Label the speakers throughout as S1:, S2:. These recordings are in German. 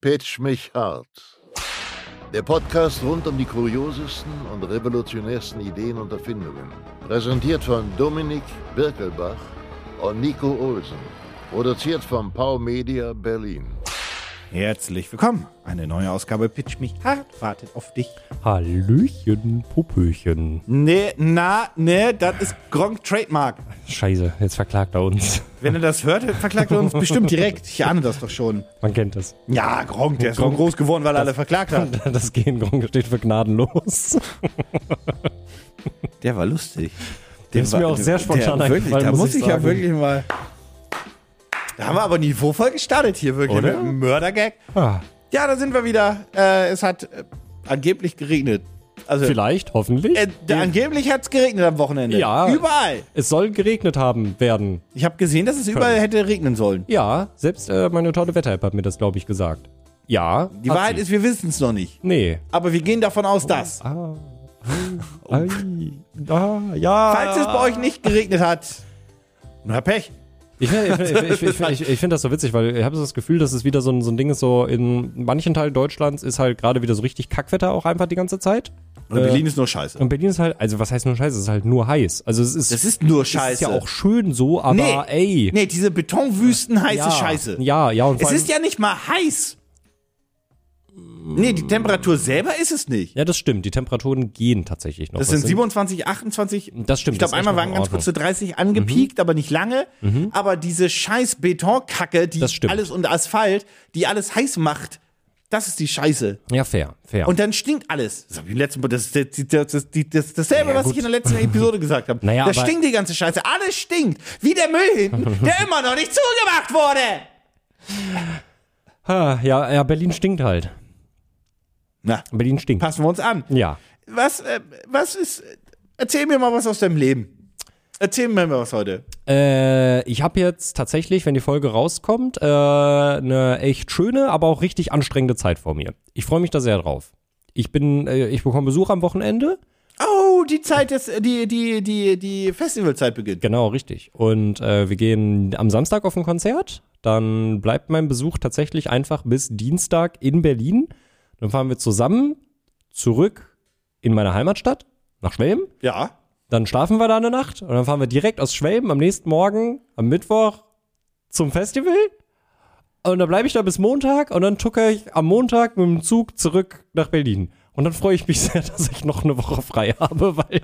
S1: Pitch mich hart. Der Podcast rund um die kuriosesten und revolutionärsten Ideen und Erfindungen. Präsentiert von Dominik Birkelbach und Nico Olsen. Produziert von Pau Media Berlin.
S2: Herzlich willkommen. Eine neue Ausgabe Pitch mich hart wartet auf dich.
S3: Hallöchen, Popöchen.
S2: Nee, na, nee, das ist Gronk Trademark.
S3: Scheiße, jetzt verklagt er uns.
S2: Wenn er das hört, verklagt er uns bestimmt direkt. Ich ahne das doch schon.
S3: Man kennt das.
S2: Ja, Gronk, der ist schon groß geworden, weil er alle verklagt hat.
S3: Das Gengong steht für gnadenlos.
S2: Der war lustig.
S3: Der ist mir auch sehr spontan
S2: der, wirklich,
S3: eingefallen,
S2: Da
S3: muss
S2: muss
S3: ich
S2: ich ja
S3: sagen.
S2: wirklich mal. Da haben wir aber niveauvoll gestartet hier, wirklich.
S3: Oder?
S2: Mit einem Mördergag.
S3: Ah,
S2: Ja, da sind wir wieder. Äh, es hat äh, angeblich geregnet. Also,
S3: vielleicht, hoffentlich.
S2: Äh, da- angeblich hat es geregnet am Wochenende.
S3: Ja.
S2: Überall.
S3: es soll geregnet haben werden.
S2: Ich habe gesehen, dass es überall hätte regnen sollen.
S3: Ja, selbst äh, meine tolle Wetter-App hat mir das, glaube ich, gesagt. Ja.
S2: Die Wahrheit ist, wir wissen es noch nicht.
S3: Nee.
S2: Aber wir gehen davon aus, dass.
S3: Ah. Ei, ah, ja.
S2: Oh. Falls es bei euch nicht geregnet hat. Na, Pech.
S3: Ich finde ich find, ich find, ich, ich find das so witzig, weil ich habe so das Gefühl, dass es wieder so ein, so ein Ding ist, so in manchen Teilen Deutschlands ist halt gerade wieder so richtig Kackwetter auch einfach die ganze Zeit.
S2: Und Berlin ist nur scheiße.
S3: Und Berlin ist halt, also was heißt nur scheiße, es ist halt nur heiß. Also es ist,
S2: Das ist nur
S3: es
S2: scheiße.
S3: ist ja auch schön so, aber
S2: nee,
S3: ey.
S2: nee, diese Betonwüsten heiße
S3: ja,
S2: Scheiße.
S3: Ja, ja, und vor
S2: Es
S3: allem,
S2: ist ja nicht mal heiß. Nee, die Temperatur selber ist es nicht.
S3: ja, das stimmt, die Temperaturen gehen tatsächlich noch.
S2: Das sind 27, 28.
S3: Das stimmt,
S2: Ich
S3: das ist
S2: glaube, einmal
S3: echt
S2: waren
S3: noch in
S2: ganz
S3: Ordnung. Mhm.
S2: kurz zu 30 angepiekt, aber nicht lange. Aber diese scheiß Betonkacke, die
S3: Das stimmt.
S2: alles unter Asphalt, die alles heiß macht, das ist die Scheiße.
S3: Ja, fair, fair.
S2: Und dann stinkt alles. Das, hab ich im letzten, das, das, das, das, die- das, dasselbe, was
S3: gut.
S2: ich in der letzten Episode gesagt habe.
S3: Naja,
S2: das
S3: aber-
S2: stinkt die ganze Scheiße. Alles stinkt. Wie der Müll hinten, der immer noch nicht zugemacht wurde.
S3: ha, ja, ja, Berlin stinkt halt.
S2: Na,
S3: Berlin stinkt.
S2: passen wir uns an.
S3: Ja.
S2: Was, äh, was ist. Erzähl mir mal was aus deinem Leben. Erzähl mir mal was heute.
S3: Äh, ich habe jetzt tatsächlich, wenn die Folge rauskommt, äh, eine echt schöne, aber auch richtig anstrengende Zeit vor mir. Ich freue mich da sehr drauf. Ich bin, äh, ich bekomme Besuch am Wochenende.
S2: Oh, die Zeit, des, die, die, die, die Festivalzeit beginnt.
S3: Genau, richtig. Und äh, wir gehen am Samstag auf ein Konzert. Dann bleibt mein Besuch tatsächlich einfach bis Dienstag in Berlin. Dann fahren wir zusammen zurück in meine Heimatstadt, nach Schwelm.
S2: Ja.
S3: Dann schlafen wir da eine Nacht und dann fahren wir direkt aus Schwelm am nächsten Morgen, am Mittwoch, zum Festival. Und dann bleibe ich da bis Montag und dann tucke ich am Montag mit dem Zug zurück nach Berlin. Und dann freue ich mich sehr, dass ich noch eine Woche frei habe, weil,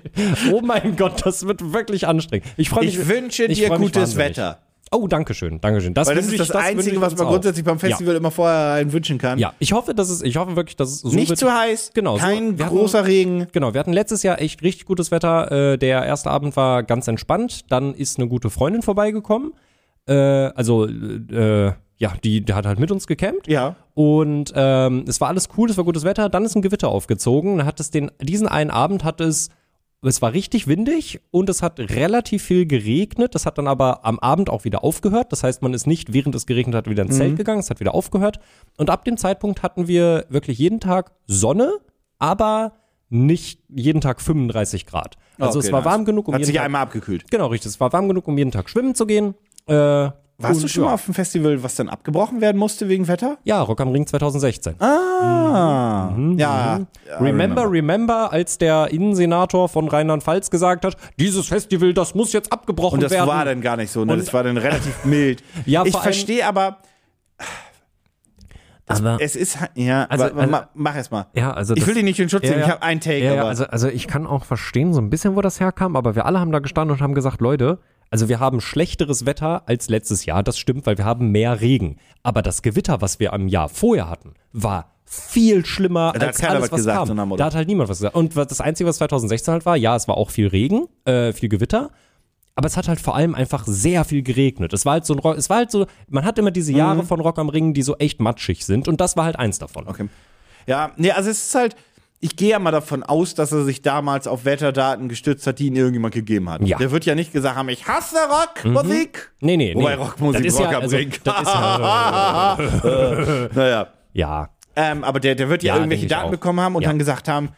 S3: oh mein Gott, das wird wirklich anstrengend. Ich freue mich.
S2: Ich wünsche
S3: ich
S2: dir
S3: freue mich
S2: gutes
S3: wahnsinnig.
S2: Wetter.
S3: Oh, danke schön, danke schön. Das,
S2: Weil das
S3: wünsche
S2: ist das
S3: ich, wünsche
S2: Einzige,
S3: ich
S2: was
S3: uns
S2: man
S3: auch.
S2: grundsätzlich beim Festival immer vorher einem wünschen kann.
S3: Ja. ja, ich hoffe, dass es, ich hoffe wirklich, dass es so
S2: Nicht
S3: wird.
S2: zu heiß,
S3: Genau, so-
S2: kein
S3: wir hatten-
S2: großer Regen.
S3: Genau, wir hatten letztes Jahr echt richtig gutes Wetter. Äh, der erste Abend war ganz entspannt. Dann ist eine gute Freundin vorbeigekommen. Äh, also, äh, ja, die, die hat halt mit uns gecampt.
S2: Ja.
S3: Und ähm, es war alles cool, es war gutes Wetter. Dann ist ein Gewitter aufgezogen. Dann hat es den, diesen einen Abend hat es, es war richtig windig und es hat relativ viel geregnet. Das hat dann aber am Abend auch wieder aufgehört. Das heißt, man ist nicht, während es geregnet hat, wieder ins
S2: Mhm.
S3: Zelt gegangen. Es hat wieder aufgehört. Und ab dem Zeitpunkt hatten wir wirklich jeden Tag Sonne, aber nicht jeden Tag 35 Grad. Also
S2: Okay,
S3: es war
S2: nice.
S3: warm genug, um
S2: Hat
S3: jeden
S2: sich
S3: Tag,
S2: einmal abgekühlt.
S3: genau richtig, es war warm genug, um jeden Tag schwimmen zu gehen. Äh,
S2: Warst du
S3: und
S2: schon
S3: ja.
S2: mal auf einem Festival, was dann abgebrochen werden musste wegen Wetter?
S3: Ja, Rock am Ring 2016. Mhm,
S2: Ah. Ja. ja.
S3: Remember, remember, als der Innensenator von Rheinland-Pfalz gesagt hat, dieses Festival, das muss jetzt abgebrochen
S2: Und das
S3: werden.
S2: war dann gar nicht so, ne? Das war dann relativ mild.
S3: Ja,
S2: ich
S3: vor allem-
S2: verstehe aber,
S3: aber,
S2: es ist halt- ja,
S3: Also,
S2: aber,
S3: also-
S2: ma- mach es mal.
S3: ja, also
S2: ich
S3: das-
S2: will dich nicht in Schutz
S3: Ja,
S2: nehmen, ich
S3: ja.
S2: habe einen Take,
S3: ja,
S2: aber
S3: ja, also, also ich kann auch verstehen so ein bisschen, wo das herkam, aber wir alle haben da gestanden und haben gesagt, Leute, also wir haben schlechteres Wetter als letztes Jahr, das stimmt, weil wir haben mehr Regen. Aber das Gewitter, was wir am Jahr vorher hatten, war viel schlimmer
S2: da hat
S3: als
S2: keiner
S3: alles,
S2: was
S3: was
S2: gesagt,
S3: kam.
S2: so nach dem Motto.
S3: da hat halt niemand was gesagt. Und was- das Einzige, was 2016 halt war, ja, es war auch viel Regen, äh, viel Gewitter, aber es hat halt vor allem einfach sehr viel geregnet. Es war halt so ein, Ro- es war halt so, man hat immer
S2: Mhm.
S3: diese Jahre von Rock am Ring, die so echt matschig sind und das war halt eins davon.
S2: Okay. Ja, nee, also es ist halt, ich gehe ja mal davon aus, dass er sich damals auf Wetterdaten gestützt hat, die ihn irgendjemand gegeben hat.
S3: Ja. Mhm.
S2: Der wird ja nicht gesagt haben, ich hasse Rockmusik.
S3: Nee, nee, nee.
S2: Wobei Rockmusik
S3: Das ist
S2: Rock
S3: ja,
S2: am
S3: also,
S2: Ring.
S3: das ist ja,
S2: Naja.
S3: ja,
S2: Ähm, aber der, der wird ja,
S3: Ja,
S2: irgendwelche
S3: denke ich
S2: Daten
S3: auch.
S2: bekommen haben und
S3: Ja.
S2: dann gesagt haben,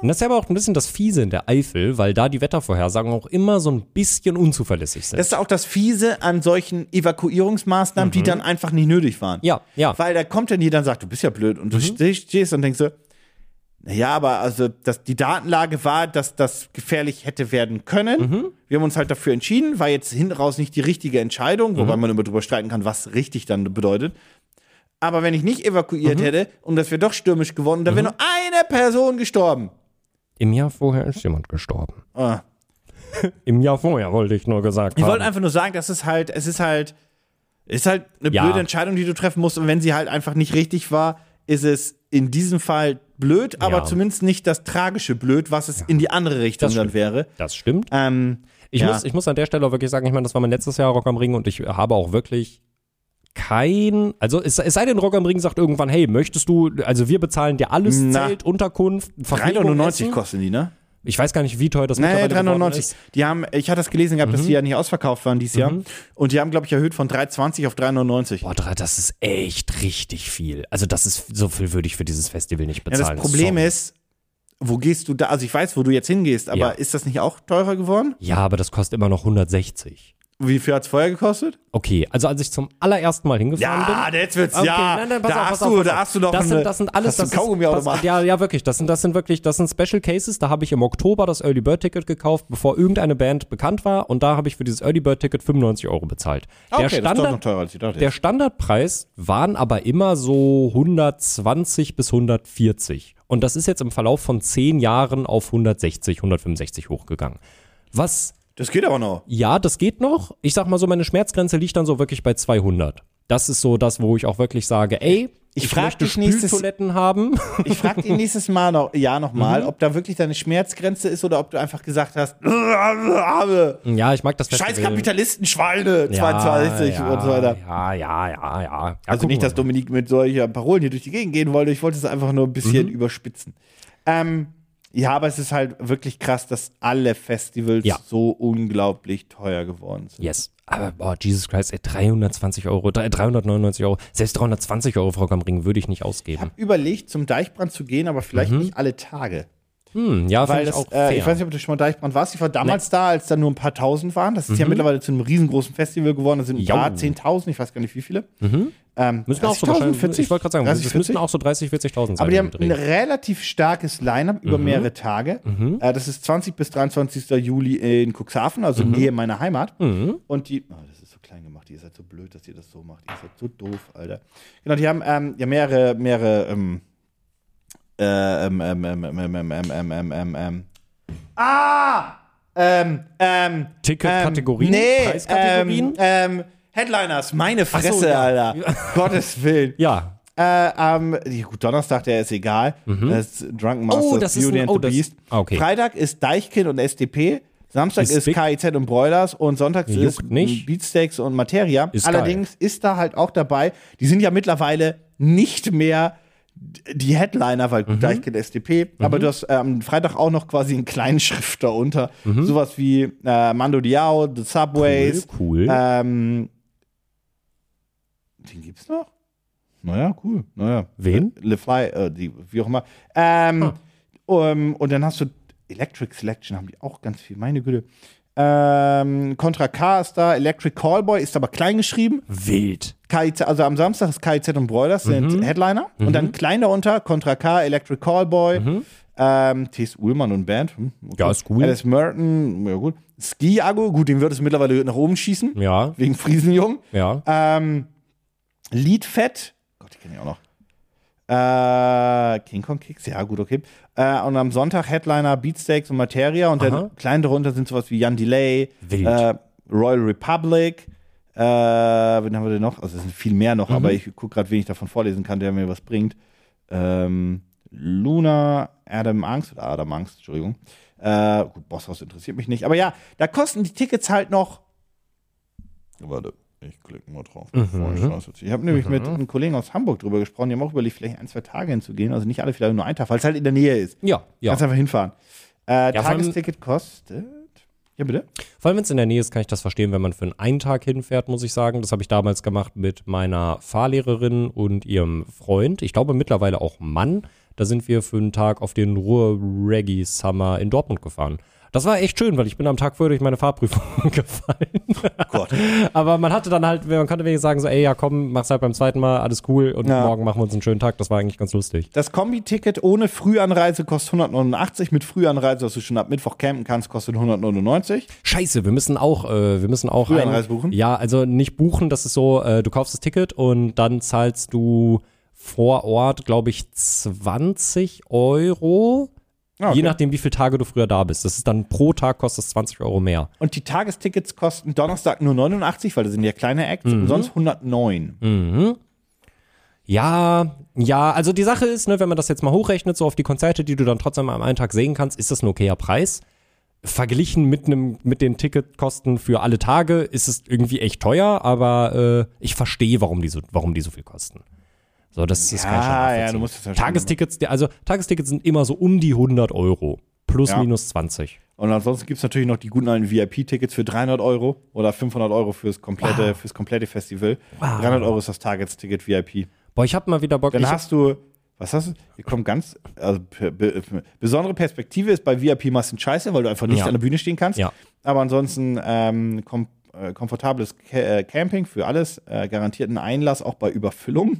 S3: Und das ist ja aber auch ein bisschen das Fiese in der Eifel, weil da die Wettervorhersagen auch immer so ein bisschen unzuverlässig sind.
S2: Das ist auch das Fiese an solchen Evakuierungsmaßnahmen, die dann einfach nicht nötig waren.
S3: Mhm. Ja, ja. Mhm.
S2: Weil da kommt dann jeder und sagt, du bist ja blöd. Und du ste- stehst und denkst so, naja, aber also das, die Datenlage war, dass das gefährlich hätte werden können.
S3: Mhm.
S2: Wir haben uns halt dafür entschieden, war jetzt hinten raus nicht die richtige Entscheidung, wobei
S3: Mhm.
S2: man immer drüber streiten kann, was richtig dann bedeutet. Aber wenn ich nicht evakuiert
S3: Mhm.
S2: hätte und das wäre doch stürmisch geworden, dann wäre nur eine Person gestorben.
S3: Im Jahr vorher ist jemand gestorben.
S2: Ah.
S3: Im Jahr vorher wollte ich nur gesagt
S2: Ich
S3: haben.
S2: wollte einfach nur sagen, das ist halt, es ist halt, ist halt eine
S3: Ja.
S2: blöde Entscheidung, die du treffen musst. Und wenn sie halt einfach nicht richtig war, ist es in diesem Fall blöd, aber
S3: Ja.
S2: zumindest nicht das tragische Blöd, was es in die andere Richtung
S3: Das
S2: dann
S3: stimmt.
S2: wäre.
S3: das stimmt.
S2: Ähm,
S3: Ich,
S2: ja.
S3: muss, ich muss an der Stelle auch wirklich sagen, ich meine, das war mein letztes Jahr Rock am Ring und ich habe auch wirklich kein, also es, es sei denn, Rock am Ring sagt irgendwann, hey, möchtest du, also wir bezahlen dir alles,
S2: Na.
S3: Zelt, Unterkunft, Verpflegung,
S2: 3,99
S3: Essen.
S2: kosten die, ne?
S3: Ich weiß gar nicht, wie teuer das
S2: Nee,
S3: mittlerweile geworden
S2: 3,99.
S3: ist. Mhm.
S2: Die haben, ich hatte das gelesen gehabt, dass die ja nicht ausverkauft waren dieses Jahr. Und die haben, glaube ich, erhöht von 3,20 auf 3,99.
S3: Boah, drei- das ist echt richtig viel. Also das ist, so viel würde ich für dieses Festival nicht
S2: Ja,
S3: bezahlen.
S2: das Problem
S3: Sorry.
S2: ist, wo gehst du da? Also ich weiß, wo du jetzt hingehst, aber
S3: Ja.
S2: ist das nicht auch teurer geworden?
S3: Ja, aber das kostet immer noch 160.
S2: Wie viel hat es vorher gekostet?
S3: Okay, also als ich zum allerersten Mal hingefahren bin.
S2: Ja, jetzt wird's
S3: Okay,
S2: ja.
S3: nein, nein, pass
S2: da,
S3: auf, pass
S2: hast
S3: auf,
S2: du,
S3: pass
S2: da
S3: auf.
S2: hast du noch
S3: das sind,
S2: eine-
S3: das sind alles,
S2: hast du
S3: das
S2: Kaugummi
S3: ist, das,
S2: automat.
S3: ja, ja, wirklich, das sind, das sind wirklich, das sind Special Cases. Da habe ich im Oktober das Early Bird Ticket gekauft, bevor irgendeine Band bekannt war, und da habe ich für dieses Early Bird Ticket 95 Euro bezahlt.
S2: Okay,
S3: der
S2: das ist doch noch
S3: Standard,
S2: teurer als ich dachte.
S3: der Standardpreis waren aber immer so 120 bis 140. Und das ist jetzt im Verlauf von 10 Jahren auf 160, 165 hochgegangen. Was
S2: das geht aber noch.
S3: ja, das geht noch. Ich sag mal so, meine Schmerzgrenze liegt dann so wirklich bei 200. Das ist so das, wo ich auch wirklich sage, ey, ich,
S2: Ich frag
S3: möchte
S2: dich nächstes-
S3: Spültoiletten haben.
S2: Ich frage dich nächstes Mal noch, ja
S3: Mhm.
S2: nochmal, ob da wirklich deine Schmerzgrenze ist oder ob du einfach gesagt hast,
S3: ja, ich mag das
S2: scheiß
S3: Festival.
S2: Kapitalistenschweine
S3: Ja,
S2: 22
S3: ja,
S2: und so weiter.
S3: Ja, ja, ja, ja. ja
S2: Also
S3: gucken
S2: nicht,
S3: wir
S2: dass Dominik mit solchen Parolen hier durch die Gegend gehen wollte. Ich wollte es einfach nur ein bisschen
S3: Mhm.
S2: überspitzen. Ähm, ja, aber es ist halt wirklich krass, dass alle Festivals
S3: Ja.
S2: so unglaublich teuer geworden sind.
S3: Yes. Aber boah, Jesus Christ, ey, 320 Euro, drei- 399 Euro, selbst 320 Euro, Frau Gamring, würde ich nicht ausgeben.
S2: Überlegt, zum Deichbrand zu gehen, aber vielleicht nicht alle Tage.
S3: Hm, ja, finde
S2: Weil
S3: ich
S2: das,
S3: auch Mhm. fair.
S2: äh, ich weiß nicht, ob du schon mal Deichbrand warst. Ich war damals da, als da nur ein paar Tausend waren. Das ist ja mittlerweile zu einem riesengroßen Festival geworden. Da sind ein
S3: Mhm. Jau. Mhm.
S2: paar Zehntausend, ich weiß gar nicht wie viele. Ähm,
S3: müssen auch so wahrscheinlich,
S2: 30.000,
S3: ich wollte gerade sagen,
S2: 30,
S3: es müssen
S2: 40.
S3: auch so 30, 40.000 sein.
S2: Aber die haben ein
S3: Dreh.
S2: relativ starkes Line-Up
S3: Mhm.
S2: über mehrere Tage. Äh, das ist 20 bis 23. Juli in Cuxhaven,
S3: Mhm.
S2: also Nähe meiner Heimat. Und die, oh, das ist so klein gemacht, ihr seid so blöd, dass ihr das so macht. Ihr seid so doof, Alter. Genau, die haben ähm, ja mehrere, mehrere, ähm, äh, ähm, ähm, ähm, ähm, ähm, ähm, ähm, ähm, ähm, ähm. Ah! Ähm, ähm,
S3: Ticketkategorien?
S2: nee,
S3: Preiskategorien?
S2: Ähm, ähm, Headliners, meine
S3: so,
S2: Fresse,
S3: ja.
S2: Alter. Gottes Willen.
S3: Ja,
S2: Äh, am ja, gut, Donnerstag, der ist egal. Das ist Drunken Masters,
S3: Mhm. Oh, das ist
S2: Beauty
S3: ein-
S2: and
S3: oh,
S2: the
S3: das-
S2: Beast.
S3: ah, okay.
S2: Freitag ist Deichkind und SDP. Samstag
S3: Ist
S2: ist,
S3: Big.
S2: KIZ und Broilers und Sonntags
S3: Juckt
S2: ist
S3: nicht.
S2: Beatsteaks und Materia.
S3: Ist
S2: Allerdings ist da halt auch dabei, die sind ja mittlerweile nicht mehr die Headliner, weil
S3: Mhm.
S2: gut, Deichkind, SDP, aber du hast äh, am Freitag auch noch quasi einen kleinen Schrift darunter.
S3: Mhm.
S2: Sowas wie äh, Mando Diao, The Subways,
S3: cool.
S2: ähm, den gibt's noch? Naja, cool. Naja.
S3: Wen?
S2: Le, Le Fly, äh, die, wie auch immer. Ähm, um, und dann hast du Electric Selection, haben die auch ganz viel, meine Güte. Ähm, Contra K ist da, Electric Callboy ist aber klein geschrieben.
S3: wild.
S2: KIZ, also am Samstag ist KIZ und Broilers sind Headliner. Und dann klein darunter, Contra K, Electric Callboy, ähm, T.S. Ullmann und Band. Hm, okay.
S3: Ja, ist cool.
S2: Alice Merton, ja gut. Ski-Ago, gut, den wird es mittlerweile nach oben schießen.
S3: Ja,
S2: Wegen Friesenjung.
S3: ja.
S2: Ähm, Leadfett. Gott, die kenne ich auch noch. Äh, King Kong Kicks, ja, gut, okay. Äh, und am Sonntag Headliner Beatsteaks und Materia und
S3: Aha.
S2: dann klein darunter sind sowas wie Jan Delay,
S3: Wild.
S2: äh, Royal Republic, äh, wen haben wir denn noch? Also es sind viel mehr noch, aber ich gucke gerade, wen ich davon vorlesen kann, der mir was bringt. Ähm, Luna, Adam Angst, oder Adam Angst, Entschuldigung. Äh, gut, Bosshaus interessiert mich nicht. Aber ja, da kosten die Tickets halt noch Warte, ich klicke mal drauf.
S3: Mhm.
S2: bevor Ich das jetzt- ich habe nämlich mit einem Kollegen aus Hamburg drüber gesprochen, die haben auch überlegt, vielleicht ein, zwei Tage hinzugehen. Also nicht alle, vielleicht nur einen Tag, weil es halt in der Nähe ist.
S3: Ja, ja.
S2: Kannst einfach hinfahren. Äh,
S3: Ja, vor allem-
S2: Tagesticket kostet. Ja, bitte?
S3: Vor allem, wenn es in der Nähe ist, kann ich das verstehen, wenn man für einen, einen Tag hinfährt, muss ich sagen. Das habe ich damals gemacht mit meiner Fahrlehrerin und ihrem Freund. Ich glaube mittlerweile auch Mann. Da sind wir für einen Tag auf den Ruhr-Reggae-Summer in Dortmund gefahren. Das war echt schön, weil ich bin am Tag vorher durch meine Fahrprüfung gefallen.
S2: Gott.
S3: Aber man hatte dann halt, man konnte wenigstens sagen so, ey, ja komm, mach's halt beim zweiten Mal, alles cool und
S2: Ja.
S3: morgen machen wir uns einen schönen Tag. Das war eigentlich ganz lustig.
S2: Das Kombi-Ticket ohne Frühanreise kostet 189. Mit Frühanreise, dass du schon ab Mittwoch campen kannst, kostet 199.
S3: Scheiße, wir müssen auch, äh, wir müssen auch
S2: Frühanreise buchen?
S3: Ja, also nicht buchen, das ist so, äh, du kaufst das Ticket und dann zahlst du vor Ort, glaube ich, 20 Euro.
S2: Ah, okay.
S3: Je nachdem, wie viele Tage du früher da bist. Das ist dann pro Tag kostet es 20 Euro mehr.
S2: Und die Tagestickets kosten Donnerstag nur 89, weil das sind ja kleine Acts,
S3: Mhm.
S2: und sonst 109.
S3: Ja, ja, also die Sache ist, ne, wenn man das jetzt mal hochrechnet, so auf die Konzerte, die du dann trotzdem am einen Tag sehen kannst, ist das ein okayer Preis. Verglichen mit einem, mit den Ticketkosten für alle Tage ist es irgendwie echt teuer, aber äh, ich verstehe, warum die so, warum die so viel kosten. So, das, das kann ich
S2: Ja,
S3: schon
S2: ja,
S3: nachvollziehen.
S2: du musst das ja schon
S3: Tagestickets, die- also Tagestickets sind immer so um die 100 Euro. Plus,
S2: Ja.
S3: minus 20.
S2: Und ansonsten gibt es natürlich noch die guten alten VIP-Tickets für 300 Euro oder 500 Euro fürs komplette, fürs komplette Festival. 300 Euro ist das Tagesticket VIP.
S3: Boah, ich hab mal wieder Bock.
S2: Dann
S3: Ich,
S2: hast du, was hast du? Hier kommt ganz, also p- b- b- besondere Perspektive ist bei VIP meistens scheiße, weil du einfach nicht
S3: Ja.
S2: an der Bühne stehen kannst.
S3: Ja.
S2: Aber ansonsten ähm, kom äh, komfortables Ca- äh, Camping für alles, äh, garantierten Einlass auch bei Überfüllung.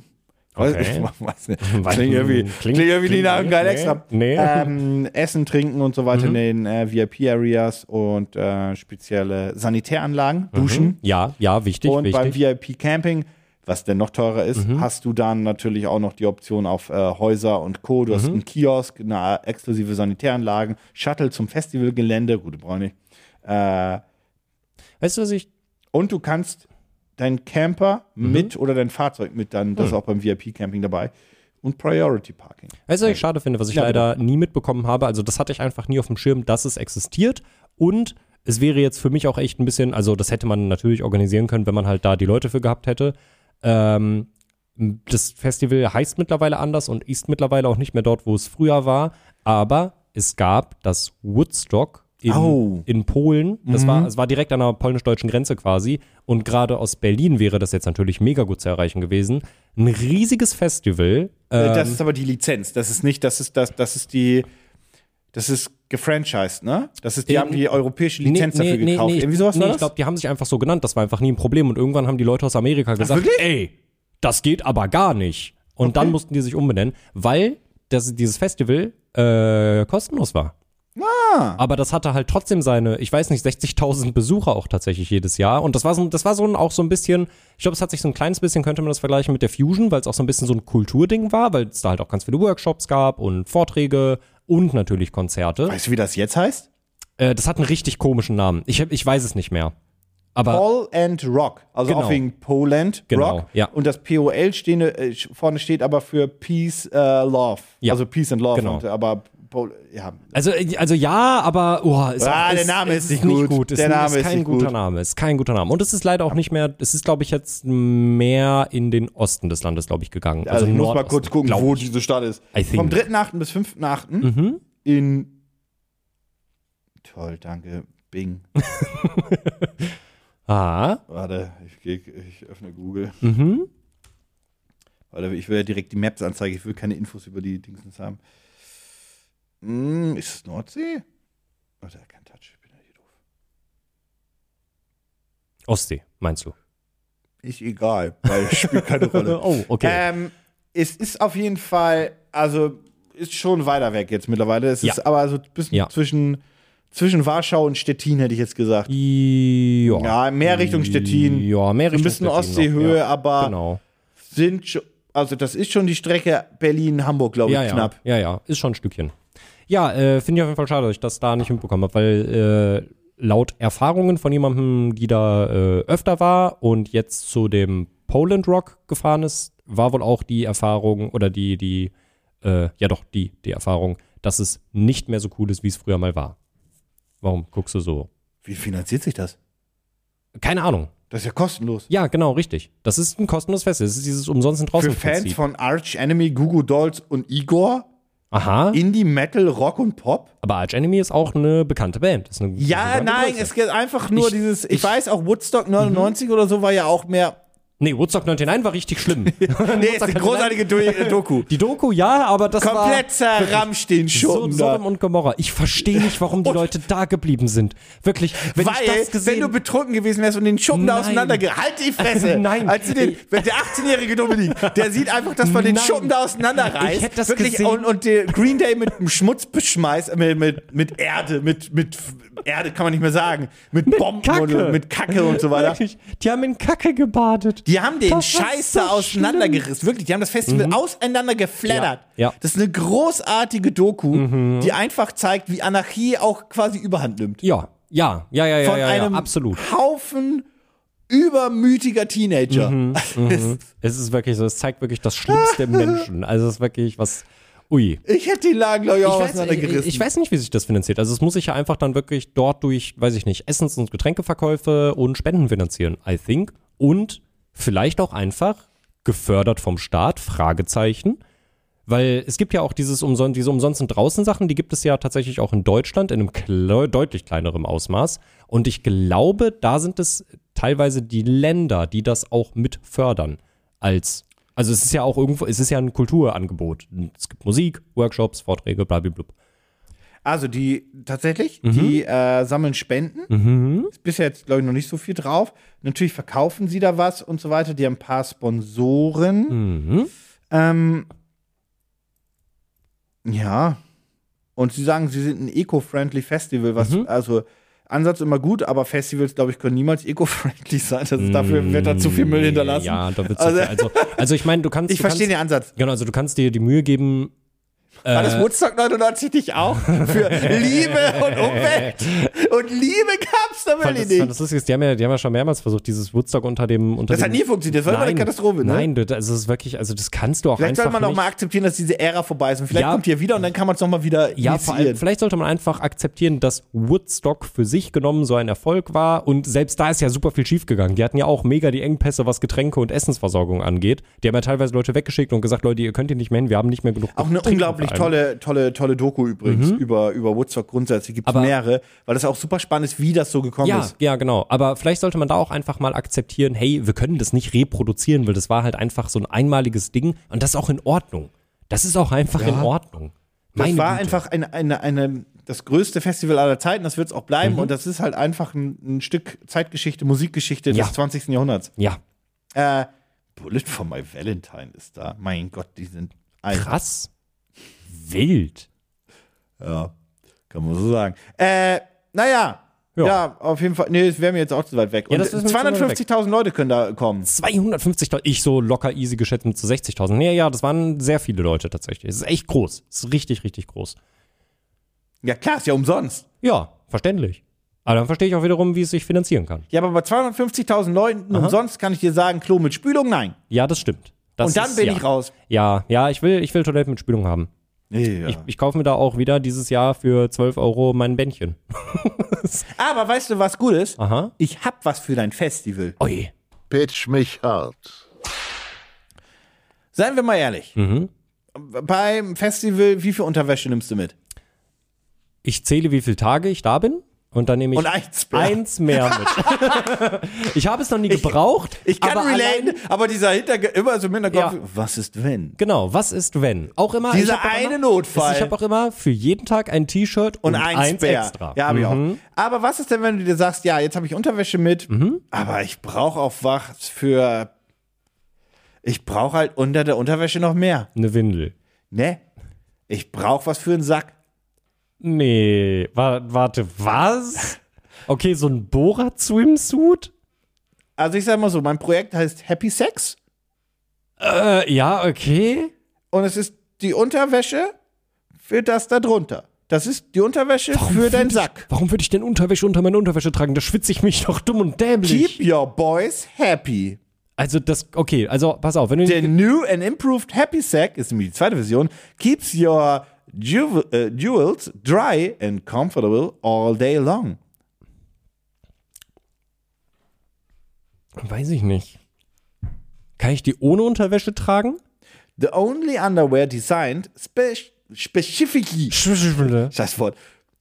S2: Weiß-
S3: Okay. hm,
S2: Ich weiß nicht. Klingt irgendwie, klingt, irgendwie nicht nach einem geilen
S3: nee,
S2: Extra.
S3: nee. Mhm.
S2: Ähm, Essen, Trinken und so weiter in den äh, VIP-Areas und äh, spezielle Sanitäranlagen,
S3: Mhm.
S2: Duschen.
S3: ja, ja, wichtig,
S2: und
S3: wichtig. Mhm.
S2: beim VIP-Camping, was denn noch teurer ist, hast du dann natürlich auch noch die Option auf äh, Häuser und Co. Du hast
S3: Mhm.
S2: einen Kiosk, eine äh, exklusive Sanitäranlagen, Shuttle zum Festivalgelände, gute Bräune. Äh,
S3: weißt du, was ich
S2: und du kannst deinen Camper
S3: Mhm.
S2: mit oder dein Fahrzeug mit dann, das ist auch beim VIP-Camping dabei. Und Priority Parking.
S3: Weißt du, was ich schade finde, was ich
S2: Ja,
S3: leider nie mitbekommen habe, also das hatte ich einfach nie auf dem Schirm, dass es existiert und es wäre jetzt für mich auch echt ein bisschen, also das hätte man natürlich organisieren können, wenn man halt da die Leute für gehabt hätte. Ähm, das Festival heißt mittlerweile anders und ist mittlerweile auch nicht mehr dort, wo es früher war, aber es gab das Woodstock in,
S2: Au. Mhm.
S3: in Polen. Das war, es war direkt an der polnisch-deutschen Grenze quasi. Und gerade aus Berlin wäre das jetzt natürlich mega gut zu erreichen gewesen. Ein riesiges Festival.
S2: Äh, das ist aber die Lizenz. Das ist nicht, das ist das, das ist die, das ist gefranchised, ne? Das ist, die
S3: Ähm,
S2: haben die europäische Lizenz dafür gekauft. Irgendwie sowas
S3: nee,
S2: war
S3: ich
S2: das?
S3: glaube, die haben sich einfach so genannt. Das war einfach nie ein Problem. Und irgendwann haben die Leute aus Amerika gesagt,
S2: wirklich?
S3: ey, das geht aber gar nicht. Und dann mussten die sich umbenennen, weil das, dieses Festival äh, kostenlos war.
S2: Ah.
S3: Aber das hatte halt trotzdem seine, ich weiß nicht, 60.000 Besucher auch tatsächlich jedes Jahr. Und das war so, das war so ein, auch so ein bisschen, ich glaube, es hat sich so ein kleines bisschen, könnte man das vergleichen mit der Fusion, weil es auch so ein bisschen so ein Kulturding war, weil es da halt auch ganz viele Workshops gab und Vorträge und natürlich Konzerte.
S2: weißt du, wie das jetzt heißt?
S3: Äh, das hat einen richtig komischen Namen. Ich, hab- ich weiß es nicht mehr. Aber
S2: Paul and Rock. Also
S3: Genau.
S2: auch wegen Poland
S3: Genau,
S2: Rock.
S3: ja.
S2: Und das POL stehne, äh, vorne steht aber für Peace, äh, Love.
S3: Ja.
S2: Also Peace and Love.
S3: Genau.
S2: Und, aber Pol ja.
S3: also, äh, also ja, aber oh, ist,
S2: Ah,
S3: auch-
S2: der
S3: ist,
S2: Name ist nicht gut.
S3: Ist,
S2: Der Name
S3: ist
S2: ist
S3: kein
S2: nicht
S3: guter
S2: gut.
S3: Name. Ist kein guter Name. Und es ist leider auch nicht mehr. Es ist, glaube ich, jetzt mehr in den Osten des Landes, glaube ich, gegangen.
S2: Also, ich muss mal
S3: Nordosten,
S2: kurz gucken,
S3: glaub
S2: wo
S3: ich.
S2: diese Stadt ist.
S3: I think. Mhm.
S2: Vom 3.8. bis 5.8. in. Toll, danke. Bing.
S3: Ah,
S2: Warte, ich, geh, ich öffne Google.
S3: Mhm.
S2: Warte, ich will ja direkt die Maps anzeigen. Ich will keine Infos über die Dingsens haben. Hm, ist es Nordsee? Warte, kein Touch. Ich bin ja hier doof.
S3: Ostsee, meinst du?
S2: Ist egal, weil es spielt keine Rolle.
S3: oh, okay.
S2: Ähm, es ist auf jeden Fall, also ist schon weiter weg jetzt mittlerweile. Es
S3: Ja.
S2: ist aber so ein bisschen
S3: Ja.
S2: zwischen, zwischen Warschau und Stettin, hätte ich jetzt gesagt. äh,
S3: ja.
S2: Ja, mehr Richtung Stettin.
S3: Ja, mehr
S2: Ein
S3: Richtung
S2: bisschen
S3: Stettin noch,
S2: Ostseehöhe,
S3: ja.
S2: aber
S3: Genau.
S2: sind schon, also das ist schon die Strecke Berlin-Hamburg, glaube ich,
S3: Ja, ja.
S2: knapp.
S3: Ja, ja, ist schon ein Stückchen. Ja, äh, finde ich auf jeden Fall schade, dass ich das da nicht mitbekommen habe, weil äh, laut Erfahrungen von jemandem, die da äh, öfter war und jetzt zu dem Poland Rock gefahren ist, war wohl auch die Erfahrung oder die, die, äh, ja doch, die, die Erfahrung, dass es nicht mehr so cool ist, wie es früher mal war. Warum guckst du so?
S2: Wie finanziert sich das?
S3: Keine Ahnung.
S2: Das ist ja kostenlos.
S3: Ja, genau, richtig. Das ist ein kostenloses Fest. Das ist dieses umsonst in draußen
S2: Für Fans von Arch Enemy, Google Dolls und Igor,
S3: Aha,
S2: Indie, Metal, Rock und Pop.
S3: aber Arch Enemy ist auch eine bekannte Band. Das ist eine, das
S2: Ja,
S3: ist eine bekannte
S2: nein,
S3: Größe.
S2: es geht einfach nur
S3: Ich- Mhm.
S2: dieses, ich,
S3: ich-
S2: weiß auch, Woodstock 99 oder so war ja auch mehr
S3: Nee, Woodstock 99 war richtig schlimm. nee,
S2: ist eine großartige Do- Doku.
S3: Die Doku, ja, aber das
S2: Komplett ne?
S3: war
S2: zerramscht den
S3: so,
S2: Schuppen da.
S3: Sodom und Gomorra. Ich verstehe nicht, warum die Leute da geblieben sind. Wirklich, wenn
S2: Weil,
S3: ich das
S2: wenn du
S3: gesehen
S2: betrunken gewesen wärst und den Schuppen da
S3: Nein.
S2: auseinanderge... Halt die Fresse!
S3: Nein.
S2: Als du den, wenn der 18-jährige Dominik, der sieht einfach, dass man den
S3: Nein.
S2: Schuppen da auseinanderreißt.
S3: Ich hätte das
S2: wirklich,
S3: gesehen.
S2: Und, und den Green Day mit dem Schmutz beschmeißt, mit, mit, mit Erde, mit, mit Erde kann man nicht mehr sagen, mit, Bomben
S3: Kacke.
S2: und mit Kacke und so weiter.
S3: Wirklich, die haben in Kacke gebadet.
S2: Die haben den
S3: Das war
S2: Scheiß
S3: so Mhm.
S2: da auseinandergerissen. Wirklich, die haben das Festival auseinander geflattert.
S3: Ja, Mhm. ja.
S2: Das ist eine großartige Doku, die einfach zeigt, wie Anarchie auch quasi überhand nimmt.
S3: Ja, ja, ja, ja, ja,
S2: Von
S3: ja, ja,
S2: einem
S3: absolut.
S2: Haufen übermütiger Teenager.
S3: Mhm, Es ist wirklich so, es zeigt wirklich das Schlimmste im Menschen. Also es ist wirklich was. Ui.
S2: ich hätte die Lagen, glaube ich, auch
S3: Ich weiß,
S2: auseinandergerissen.
S3: ich, ich weiß nicht, wie sich das finanziert. Also es muss sich ja einfach dann wirklich dort durch, weiß ich nicht, Essens- und Getränkeverkäufe und Spenden finanzieren, I think. Und vielleicht auch einfach gefördert vom Staat, Fragezeichen. Weil es gibt ja auch dieses umson diese umsonst und draußen Sachen, die gibt es ja tatsächlich auch in Deutschland in einem kle deutlich kleinerem Ausmaß. Und ich glaube, da sind es teilweise die Länder, die das auch mit fördern. Als, also es ist ja auch irgendwo, es ist ja ein Kulturangebot. Es gibt Musik, Workshops, Vorträge, blablabla.
S2: Also die tatsächlich,
S3: Mhm.
S2: die äh, sammeln Spenden. Ist bisher jetzt, glaube ich, noch nicht so viel drauf. Natürlich verkaufen sie da was und so weiter. Die haben ein paar
S3: Mhm.
S2: Sponsoren. Ähm, ja. Und sie sagen, sie sind ein eco-friendly Festival, was
S3: Mhm.
S2: also Ansatz immer gut, aber Festivals, glaube ich, können niemals eco-friendly sein. Das ist, dafür wird da zu viel Müll hinterlassen.
S3: Mm, Ja, da wird's
S2: Also-
S3: also, also, also ich meine, du kannst.
S2: ich
S3: du kannst, Äh,
S2: verstehe den Ansatz.
S3: Genau, also du kannst dir die Mühe geben,
S2: War das Woodstock 99 nicht auch? Für Liebe und Umwelt. Und Liebe gab's da
S3: Äh, Fand
S2: mal
S3: das,
S2: nicht.
S3: fand das lustig ist, die haben, ja, die haben ja schon mehrmals versucht, dieses Woodstock unter dem. Unter
S2: Das
S3: dem,
S2: hat nie funktioniert. Das war immer eine Katastrophe. Ne?
S3: Nein, du, also das ist wirklich, also das kannst du auch
S2: Vielleicht
S3: einfach
S2: sollte man auch
S3: nicht.
S2: mal akzeptieren, dass diese Ära vorbei ist. Und vielleicht
S3: Ja.
S2: kommt ihr wieder und dann kann man es nochmal wieder
S3: ja, vor allem,
S2: initiieren.
S3: vielleicht sollte man einfach akzeptieren, dass Woodstock für sich genommen so ein Erfolg war und selbst da ist ja super viel schiefgegangen. Die hatten ja auch mega die Engpässe, was Getränke und Essensversorgung angeht. Die haben ja teilweise Leute weggeschickt und gesagt, Leute, ihr könnt hier nicht mehr hin, wir haben nicht mehr genug.
S2: Auch eine
S3: Trinken
S2: unglaublich
S3: für
S2: tolle,
S3: alle.
S2: tolle, tolle Doku übrigens über, über Woodstock grundsätzlich. Gibt es
S3: Mhm. Aber-
S2: mehrere, weil das auch super spannend ist, wie das so gekommen
S3: Ja,
S2: ist.
S3: ja, genau. Aber vielleicht sollte man da auch einfach mal akzeptieren, hey, wir können das nicht reproduzieren, weil das war halt einfach so ein einmaliges Ding und das ist auch in Ordnung. Das ist auch einfach in Ordnung.
S2: Das
S3: Meine
S2: war
S3: Güte.
S2: einfach eine, eine, eine, das größte Festival aller Zeiten, das wird es auch bleiben.
S3: Mhm.
S2: Und das ist halt einfach ein, ein Stück Zeitgeschichte, Musikgeschichte
S3: Ja.
S2: des 20. Jahrhunderts.
S3: Ja,
S2: Äh, Bullet for My Valentine ist da. Mein Gott, die sind alt.
S3: krass. Wild.
S2: Ja, kann man so sagen. Äh, naja. Ja.
S3: Ja.
S2: auf jeden Fall. Nee, es wäre mir jetzt auch zu weit weg.
S3: Ja,
S2: Und
S3: das ist mir zu weit
S2: 250.000 Leute können da kommen.
S3: 250.000, ich so locker easy geschätzt mit zu 60.000. Nee, ja, das waren sehr viele Leute tatsächlich. Es ist echt groß. Es ist richtig, richtig groß.
S2: Ja, klar, ist ja umsonst.
S3: Ja, verständlich. Aber dann verstehe ich auch wiederum, wie es sich finanzieren kann.
S2: Ja, aber bei 250.000 Leuten umsonst kann ich dir sagen, Klo mit Spülung, nein.
S3: Ja, das stimmt. Das
S2: Und dann
S3: ist-
S2: bin
S3: ja.
S2: ich raus.
S3: Ja, ja, ich will, ich will Toiletten mit Spülung haben.
S2: Ja.
S3: Ich, ich kaufe mir da auch wieder dieses Jahr für 12 Euro mein Bändchen.
S2: aber weißt du, was gut ist?
S3: Aha.
S2: Ich hab was für dein Festival.
S3: Ui.
S1: Pitch mich hart.
S2: Seien wir mal ehrlich.
S3: Mhm.
S2: Beim Festival, wie viel Unterwäsche nimmst du mit?
S3: Ich zähle, wie viele Tage ich da bin und dann nehme ich
S2: Und eins mehr.
S3: eins mehr mit. ich habe es noch nie gebraucht.
S2: Ich kann
S3: aber
S2: relaten,
S3: allein-
S2: aber dieser Hinterge immer so im Hinterkopf,
S3: Ja.
S2: was ist wenn?
S3: Genau, was ist wenn? Auch immer.
S2: Dieser
S3: ich hab auch
S2: eine
S3: immer,
S2: Notfall.
S3: Ich habe auch immer für jeden Tag ein T-Shirt
S2: und
S3: und,
S2: eins, Bär.
S3: extra. Mhm.
S2: Ja, habe ich auch. Aber was ist denn, wenn du dir sagst, ja, jetzt habe ich Unterwäsche mit,
S3: Mhm.
S2: aber ich brauche auch was für. Ich brauche halt unter der Unterwäsche noch mehr.
S3: Eine Windel.
S2: Ne? Ich brauche was für einen Sack.
S3: Nee, wa warte, was? Okay, so ein Borat-Swimsuit?
S2: Also ich sage mal so, mein Projekt heißt Happy Sex
S3: Äh, ja, okay.
S2: und es ist die Unterwäsche für das da drunter. Das ist die Unterwäsche für deinen Sack.
S3: Warum würde ich denn Unterwäsche unter meine Unterwäsche tragen? Da schwitze ich mich doch dumm und dämlich.
S2: Keep your boys happy.
S3: Also das, okay, also pass auf, wenn du...
S2: Der New and Improved Happy Sack ist nämlich die zweite Version. Keeps your ju äh, jewels dry and comfortable all day long.
S3: weiß ich nicht. Kann ich die ohne Unterwäsche tragen?
S2: The only underwear designed spe specifically das Wort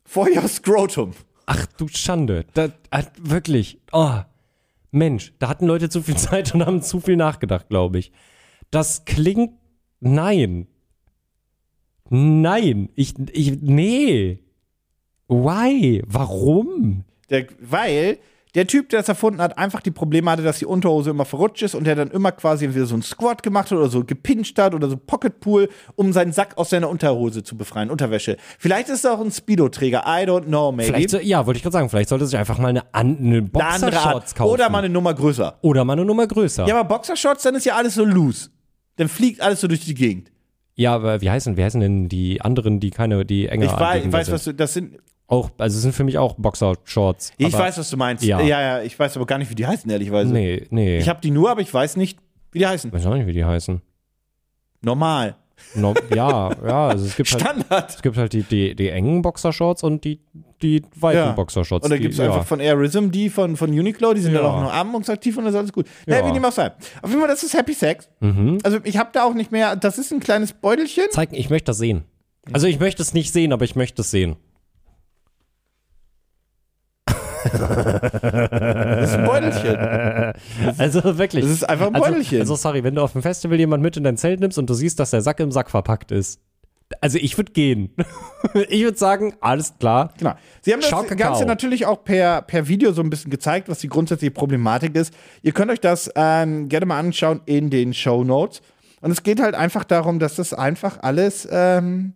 S2: for your scrotum.
S3: Ach du Schande. Da, ah, wirklich. Oh. Mensch, da hatten Leute zu viel Zeit und haben zu viel nachgedacht, glaube ich. Das klingt. Nein. Nein. Ich. ich nee. Why? Warum?
S2: Der, weil der Typ, der das erfunden hat, einfach die Probleme hatte, dass die Unterhose immer verrutscht ist und der dann immer quasi entweder so einen Squat gemacht hat oder so gepinscht hat oder so Pocketpool, um seinen Sack aus seiner Unterhose zu befreien, Unterwäsche. Vielleicht ist er auch ein Speedo-Träger. I don't know, maybe.
S3: Vielleicht, so- ja, wollte ich gerade sagen, vielleicht sollte sich einfach mal eine, an- eine
S2: Eine andere
S3: Boxershorts
S2: Art.
S3: kaufen.
S2: Oder mal eine Nummer größer.
S3: Oder mal eine Nummer größer.
S2: Ja, aber Boxershorts, dann ist ja alles so loose. Dann fliegt alles so durch die Gegend.
S3: Ja, aber wie heißen, wie heißen denn die anderen, die keine, die enger
S2: Ich weiß,
S3: anliegender
S2: ich weiß,
S3: sind?
S2: was du, das sind,
S3: Auch, also es sind für mich auch Boxershorts.
S2: ich
S3: aber-
S2: weiß, was du meinst.
S3: Ja.
S2: Ja. ja, ich weiß aber gar nicht, wie die heißen, ehrlichweise.
S3: Nee, nee.
S2: Ich habe die nur, aber ich weiß nicht, wie die heißen.
S3: weiß auch nicht, wie die heißen. Halt.
S2: Normal.
S3: No, ja, ja, also es gibt halt,
S2: Standard.
S3: es gibt halt die, die, die engen Boxershorts und die, die weiten
S2: Ja.
S3: Boxershorts.
S2: Und da
S3: die-
S2: gibt es
S3: ja.
S2: einfach von Aerism die von, von Uniqlo, die sind
S3: Ja.
S2: dann auch noch atmungsaktiv und das ist alles gut.
S3: Ja. Hm?
S2: Naja, wie dem auch sei. Auf jeden Fall, das ist Happy Sex. Also ich habe da auch nicht mehr, das ist ein kleines Beutelchen.
S3: Zeig, Mhm. ich möchte das sehen. Also ich möchte es nicht sehen, aber ich möchte es sehen.
S2: Das ist ein Beutelchen.
S3: Also wirklich.
S2: Das ist einfach ein
S3: also,
S2: Beutelchen.
S3: also sorry, wenn du auf dem Festival jemanden mit in dein Zelt nimmst und du siehst, dass der Sack im Sack verpackt ist. Also ich würde gehen. ich würde sagen, alles klar.
S2: Genau. Sie haben das
S3: Schau Kakao.
S2: Ganze natürlich auch per, per Video so ein bisschen gezeigt, was die grundsätzliche Problematik ist. Ihr könnt euch das ähm, gerne mal anschauen in den Show Notes. Und es geht halt einfach darum, dass das einfach alles, ähm,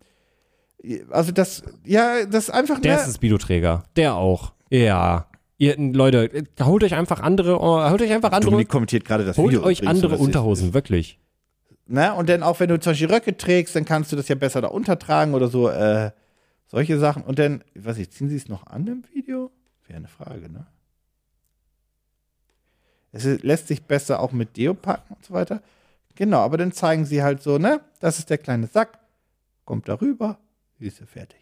S2: also das, ja, das ist einfach
S3: Der
S2: ne-
S3: ist ein Speedo-Träger. Der auch. Ja. Ihr, Leute, holt euch einfach andere, oh, holt euch einfach andere,
S2: Dominik kommentiert gerade das
S3: holt
S2: Video.
S3: euch
S2: übrigens,
S3: andere
S2: so, das ist-
S3: Unterhosen, wirklich.
S2: Ne? Und dann auch, wenn du zum Beispiel Röcke trägst, dann kannst du das ja besser da untertragen oder so, äh, solche Sachen. Und dann, ich weiß nicht, ziehen sie es noch an im Video? Wäre eine Frage, ne? Es ist, lässt sich besser auch mit Deo packen und so weiter. Genau, aber dann zeigen sie halt so, ne? Das ist der kleine Sack, kommt darüber, Füße fertig.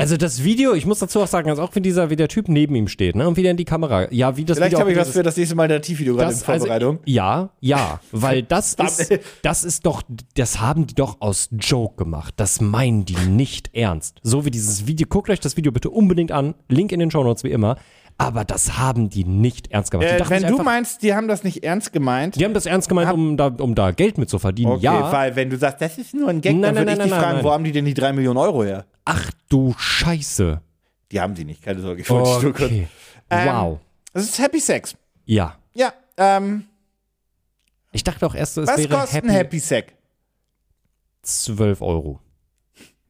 S3: Also das Video, ich muss dazu auch sagen, also auch wie dieser, wie der Typ neben ihm steht, ne? Und wie der in die Kamera. Ja, wie das
S2: Vielleicht
S3: Video
S2: habe ich
S3: auch-
S2: was für das nächste Mal in der Tiefvideo gerade in
S3: das, also,
S2: Vorbereitung.
S3: ja, ja, weil das ist,
S2: Thumbnail.
S3: das ist doch, das haben die doch aus Joke gemacht. Das meinen die nicht ernst. So wie dieses Video, guckt euch das Video bitte unbedingt an. Link in den Shownotes wie immer. Aber das haben die nicht ernst gemacht. Die
S2: äh,
S3: dachten
S2: wenn
S3: sich
S2: du
S3: einfach,
S2: meinst, die haben das nicht ernst gemeint.
S3: die haben das ernst gemeint, um da, um da Geld mit zu verdienen.
S2: Okay,
S3: ja.
S2: weil wenn du sagst, das ist nur ein Gag,
S3: Nein,
S2: dann
S3: nein,
S2: würde ich
S3: nein,
S2: dich
S3: nein,
S2: fragen,
S3: nein.
S2: wo haben die denn die drei Millionen Euro her?
S3: Ach du Scheiße.
S2: Die haben sie nicht, keine Sorge. Ich wollte nur kurz. Ähm,
S3: Okay. wow.
S2: Das ist Happy Sex.
S3: Ja.
S2: Ja, ähm,
S3: Ich dachte auch erst, es
S2: was
S3: wäre
S2: kostet ein Happy
S3: Happy
S2: Sack?
S3: 12 Euro.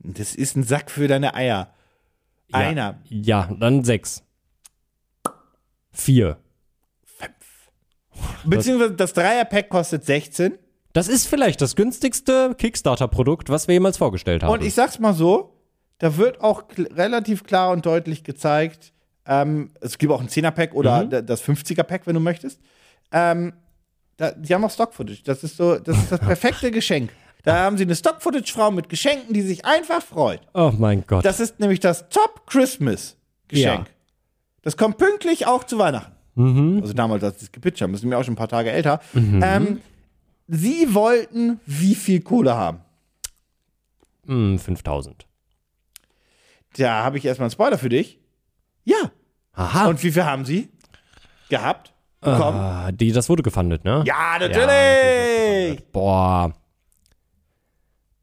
S2: Das ist ein Sack für deine Eier.
S3: Ja.
S2: Einer.
S3: Ja, dann 6. 4.
S2: Beziehungsweise das Dreierpack kostet 16.
S3: Das ist vielleicht das günstigste Kickstarter-Produkt, was wir jemals vorgestellt haben.
S2: Und ich sag's mal so, da wird auch kl relativ klar und deutlich gezeigt, ähm, es gibt auch ein 10er-Pack oder
S3: Mhm.
S2: da- das 50er-Pack, wenn du möchtest. Ähm, da, die haben auch Stock-Footage. Das ist so, das ist das perfekte Geschenk. Da haben sie eine Stock-Footage-Frau mit Geschenken, die sich einfach freut.
S3: oh mein Gott.
S2: Das ist nämlich das Top-Christmas-Geschenk.
S3: Ja. Mhm.
S2: Das kommt pünktlich auch zu Weihnachten. Also damals, als sie es gepitcht haben, das sind wir auch schon ein paar Tage älter. Ähm, sie wollten wie viel Kohle haben?
S3: Hm, 5000.
S2: Da habe ich erstmal einen Spoiler für dich. Ja.
S3: Aha.
S2: Und wie viel haben sie gehabt? Bekommen?
S3: Ah, die, das wurde gefundet, ne?
S2: Ja,
S3: Ja, natürlich
S2: natürlich.
S3: gefundet. Boah.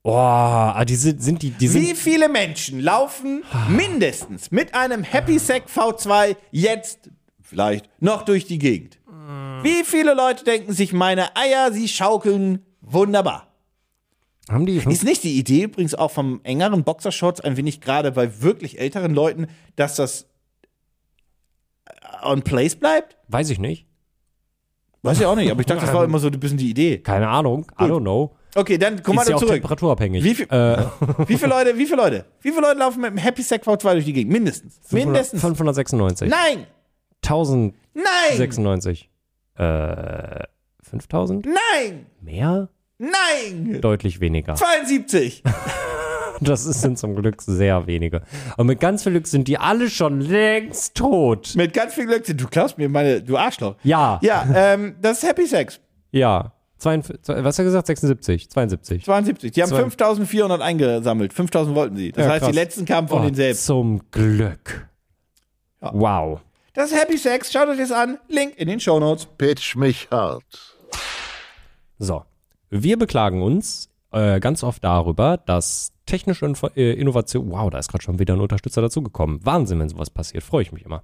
S3: Boah, ah, die sind, sind die, die sind. Ah.
S2: wie viele Menschen laufen mindestens mit einem Happy Sack V2 jetzt vielleicht noch durch die Gegend?
S3: Ah.
S2: Wie viele Leute denken sich, meine Eier, sie schaukeln wunderbar?
S3: haben die
S2: Ist nicht die Idee übrigens auch vom engeren Boxershorts ein wenig gerade bei wirklich älteren Leuten, dass das äh, on place bleibt?
S3: Weiß ich nicht.
S2: Weiß ich auch nicht, aber ich dachte, das war immer so ein bisschen die Idee.
S3: Keine Ahnung. I don't know.
S2: Okay, dann komm mal
S3: ist ja auch
S2: zurück.
S3: temperaturabhängig.
S2: Wie viel-
S3: äh,
S2: Wie viele Leute, wie viele Leute? Wie viele Leute laufen mit dem Happy Sack V2 durch die Gegend? Mindestens. Mindestens.
S3: 596.
S2: Nein!
S3: 1000.
S2: Nein!
S3: 96. Äh, 5000?
S2: Nein!
S3: Mehr?
S2: Nein!
S3: Deutlich weniger.
S2: 72!
S3: Das ist- sind zum Glück sehr wenige. Und mit ganz viel Glück sind die alle schon längst tot.
S2: Mit ganz viel Glück. Du klaust mir meine, du Arschloch.
S3: Ja, ja.
S2: Ja, ähm, das ist Happy Sex.
S3: 42, was hast du gesagt? 76, 72.
S2: 72. Die haben
S3: Zwei-
S2: 5400 eingesammelt. 5000 wollten sie. Das
S3: Ja,
S2: heißt,
S3: krass.
S2: die letzten kamen von
S3: Oh,
S2: denen selbst.
S3: Zum Glück.
S2: Ja.
S3: Wow.
S2: Das ist Happy Sex. Schaut euch das an. Link in den Show Notes.
S1: Pitch mich hart.
S3: So, wir beklagen uns äh, ganz oft darüber, dass technische Info äh, Innovation, wow, da ist gerade schon wieder ein Unterstützer dazugekommen. Wahnsinn, wenn sowas passiert, freue ich mich immer.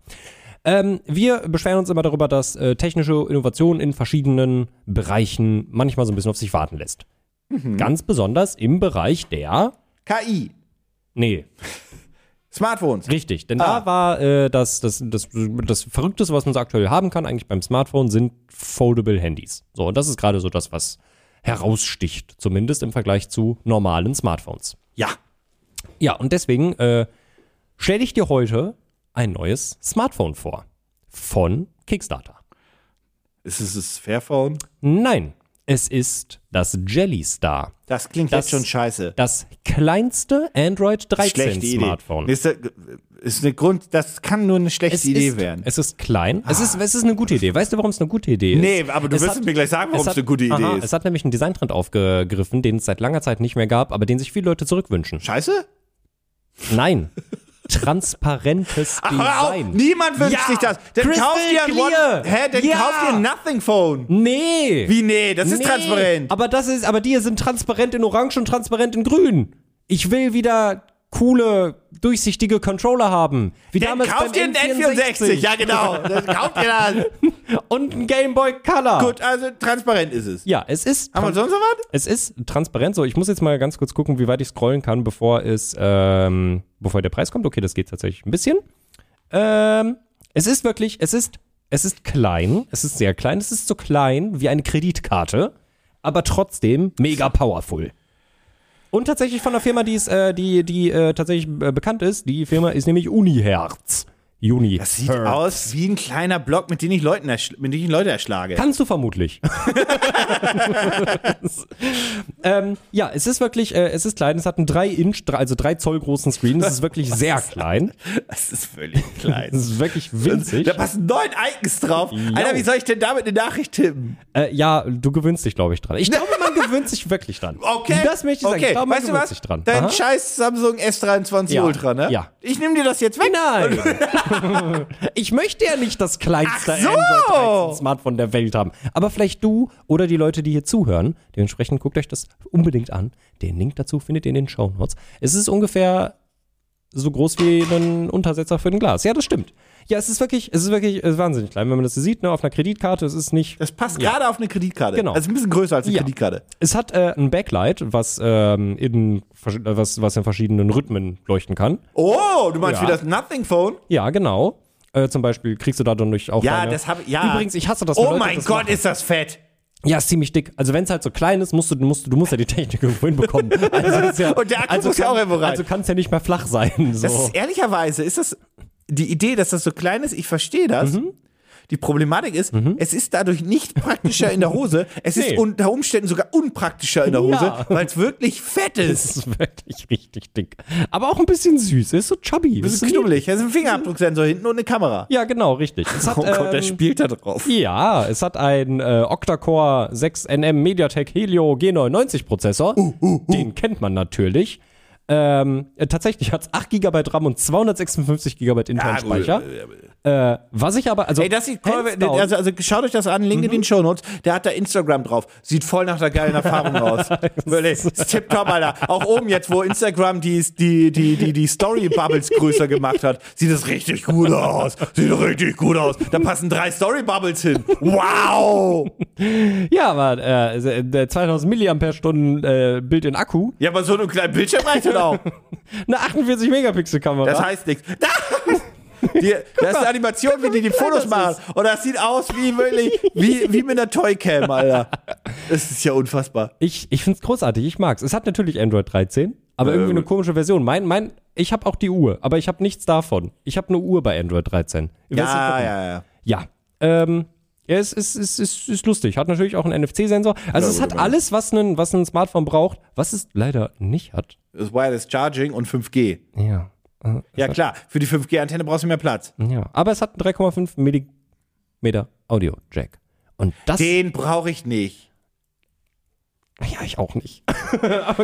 S3: Ähm, wir beschweren uns immer darüber, dass äh, technische Innovation in verschiedenen Bereichen manchmal so ein bisschen auf sich warten lässt. Ganz besonders im Bereich der,
S2: KI.
S3: nee,
S2: Smartphones.
S3: Richtig, denn
S2: Ah.
S3: da war äh, das, das, das, das Verrückteste, was man so aktuell haben kann, eigentlich beim Smartphone, sind foldable Handys. So, und das ist gerade so das, was heraussticht, zumindest im Vergleich zu normalen Smartphones.
S2: Ja.
S3: Ja, und deswegen äh, stelle ich dir heute ein neues Smartphone vor. Von Kickstarter.
S2: Ist es das Fairphone?
S3: Nein, es ist das Jelly Star.
S2: Das klingt
S3: Das-
S2: jetzt schon scheiße.
S3: Das kleinste Android 13
S2: Schlechte Idee.
S3: Smartphone.
S2: Ist, das- ist eine Grund, das kann nur eine schlechte
S3: Es
S2: Idee
S3: ist,
S2: werden.
S3: Es ist klein. Es, ist, es ist eine gute Idee. Weißt du, warum es eine gute Idee ist?
S2: Nee, aber du
S3: es
S2: wirst
S3: hat-
S2: mir gleich sagen, warum es
S3: hat-
S2: eine gute Idee
S3: aha,
S2: ist.
S3: Es hat nämlich einen Designtrend aufgegriffen, den es seit langer Zeit nicht mehr gab, aber den sich viele Leute zurückwünschen.
S2: Scheiße?
S3: Nein. Transparentes
S2: Hör auf,
S3: Design.
S2: niemand wünscht
S3: Ja,
S2: sich das. Dann
S3: Crystal
S2: kauf dir ein
S3: clear.
S2: One, hä, dann
S3: Ja.
S2: kauf dir ein Nothing Phone.
S3: Nee.
S2: Wie nee, das ist
S3: Nee.
S2: transparent.
S3: Aber das ist, aber die sind transparent in Orange und transparent in Grün. Ich will wieder coole, durchsichtige Controller haben. Wie
S2: Dann
S3: damals
S2: kauf dir
S3: beim
S2: ein N64. Ja, genau. Dann kauf dir das.
S3: Und ein Game Boy Color.
S2: Gut, also transparent ist es.
S3: Ja, es ist
S2: Haben wir sonst noch was?
S3: Es ist transparent so. Ich muss jetzt mal ganz kurz gucken, wie weit ich scrollen kann, bevor es, ähm, bevor der Preis kommt. Okay, das geht tatsächlich ein bisschen. Ähm, es ist wirklich, es ist, es ist klein. Es ist sehr klein. Es ist so klein wie eine Kreditkarte, aber trotzdem mega powerful. Und tatsächlich von einer Firma, die ist, äh, die, die äh, tatsächlich äh, bekannt ist. Die Firma ist nämlich Uniherz. Uni.
S2: Das sieht aus wie ein kleiner Block, mit dem ich, Leuten erschl- mit dem ich Leute erschlage.
S3: Kannst du vermutlich. ähm, ja, es ist wirklich, äh, es ist klein. Es hat einen 3 Inch, drei- also 3 Zoll großen Screen. Es ist wirklich sehr klein.
S2: Das ist völlig klein.
S3: Es ist wirklich winzig.
S2: Da passen neun Icons drauf. Alter, wie soll ich denn damit eine Nachricht tippen?
S3: Äh, ja, du gewöhnst dich, glaube ich, dran. Ich glaube, man gewöhnt sich wirklich dran.
S2: Okay.
S3: Das möchte ich sagen.
S2: Okay.
S3: Ich glaube, man
S2: weißt du
S3: gewöhnt
S2: was?
S3: sich dran.
S2: Dein
S3: Aha.
S2: scheiß Samsung S23
S3: Ja.
S2: Ultra, ne?
S3: Ja.
S2: Ich nehme dir das jetzt weg.
S3: Nein. ich möchte ja nicht das kleinste
S2: Ach so.
S3: Android 13 Smartphone der Welt haben. Aber vielleicht du oder die Leute, die hier zuhören. Dementsprechend guckt euch das unbedingt an. Den Link dazu findet ihr in den Show Notes. Es ist ungefähr so groß wie ein Untersetzer für ein Glas. Ja, das stimmt. Ja, es ist wirklich, es ist wirklich es ist wahnsinnig klein, wenn man das so sieht, ne, auf einer Kreditkarte. Es ist nicht.
S2: Das passt gerade auf eine Kreditkarte.
S3: Genau.
S2: Also ein bisschen größer als eine
S3: Ja.
S2: Kreditkarte.
S3: Es hat äh, ein Backlight, was, ähm, in, versch- äh, was, was in verschiedenen Rhythmen leuchten kann.
S2: Oh, du meinst
S3: Ja.
S2: wie das Nothing Phone?
S3: Ja, genau. Äh, zum Beispiel kriegst du dadurch auch
S2: Ja,
S3: deine
S2: das habe ja.
S3: Übrigens, ich hasse das. wenn
S2: Oh
S3: Leute
S2: mein
S3: das
S2: Gott,
S3: machen.
S2: ist das fett.
S3: Ja, ist ziemlich dick. Also wenn es halt so klein ist, musst du, musst du, du musst ja die Technik irgendwo hinbekommen. Also ist ja,
S2: Und der Akku
S3: also
S2: muss ja
S3: kann-
S2: auch irgendwo rein.
S3: Also kann es ja nicht mehr flach sein.
S2: Das
S3: So.
S2: ist ehrlicherweise, ist das die Idee, dass das so klein ist, ich verstehe das.
S3: Mhm.
S2: Die Problematik ist, es ist dadurch nicht praktischer in der Hose, es
S3: Nee.
S2: ist unter Umständen sogar unpraktischer in der Hose,
S3: Ja.
S2: weil es wirklich fett ist.
S3: Das ist wirklich richtig dick. Aber auch ein bisschen süß. Ist so chubby.
S2: Das
S3: Ist
S2: ist knubbelig, da ist ein Fingerabdrucksensor hinten und eine Kamera.
S3: Ja, genau, richtig. Es hat, ähm,
S2: Oh spielt da drauf.
S3: ja, es hat einen äh, Octa-Core 6NM MediaTek Helio G99 Prozessor.
S2: Uh,
S3: Den kennt man natürlich. Ähm, äh, tatsächlich hat es 8 GB RAM und 256 GB internen
S2: gut.
S3: Speicher. Äh, was ich aber, also
S2: Ey, das sieht Mhm.
S3: hands
S2: voll,
S3: down-
S2: also, also schaut euch das an, Link in den Shownotes, der hat da Instagram drauf. Sieht voll nach einer geilen Erfahrung aus. Wirklich, ist tipptopp, Alter. Auch oben jetzt, wo Instagram die, die, die, die, die Story-Bubbles größer gemacht hat, sieht es richtig gut aus. Sieht richtig gut aus. Da passen drei Story-Bubbles hin. Wow!
S3: Ja, aber äh, der 2000 mAh äh, Bild in Akku,
S2: Ja, aber so einem kleinen Bildschirm reicht das auch.
S3: eine 48 Megapixel Kamera.
S2: Das heißt nichts. Da! Die, das ist eine Animation, wie die die Fotos machen. Und das sieht aus wie wirklich, wie, wie mit einer Toycam, Alter. Das ist ja unfassbar.
S3: ich ich find's großartig, ich mag's. Es hat natürlich Android 13, aber irgendwie eine komische Version. Mein mein ich habe auch die Uhr, aber ich habe nichts davon. Ich habe eine Uhr bei Android 13. Ich weiß nicht,
S2: Ja,
S3: warum.
S2: ja, ja.
S3: Ja. Ähm, ja, es ist, ist, ist, ist lustig. Hat natürlich auch einen NFC-Sensor. Also es hat alles, was ein, was ein Smartphone braucht, was es leider nicht hat.
S2: Das Wireless Charging und 5G.
S3: Ja.
S2: Ja, klar. Für die 5G-Antenne brauchst du mehr Platz.
S3: ja. Aber es hat einen 3,5 Millimeter Audio-Jack. Und das.
S2: Den brauche ich nicht.
S3: ja, ich ich auch nicht.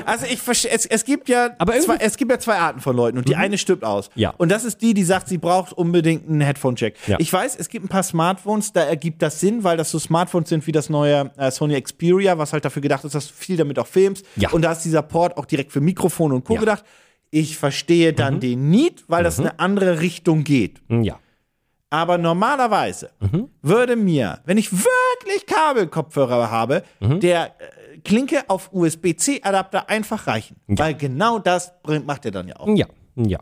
S2: Also ich verstehe, es, es gibt ja
S3: Aber irgendwie- Mhm.
S2: zwei, es gibt ja zwei Arten von Leuten und die eine stirbt aus.
S3: Ja.
S2: Und das ist die, die sagt, sie braucht unbedingt einen Headphone-Jack.
S3: Ja.
S2: Ich weiß, es gibt ein paar Smartphones, da ergibt das Sinn, weil das so Smartphones sind wie das neue äh, Sony Xperia, was halt dafür gedacht ist, dass du viel damit auch filmst.
S3: Ja.
S2: Und da ist dieser Port auch direkt für Mikrofon und Co.
S3: Ja. Mhm.
S2: gedacht. Ich verstehe dann den Need, weil das in eine andere Richtung geht.
S3: Ja.
S2: Aber normalerweise
S3: Mhm.
S2: würde mir, wenn ich wirklich Kabelkopfhörer habe,
S3: Mhm.
S2: der äh, Klinke auf USB-C-Adapter einfach reichen. Weil genau das bringt, macht er dann ja auch.
S3: Ja. Ja.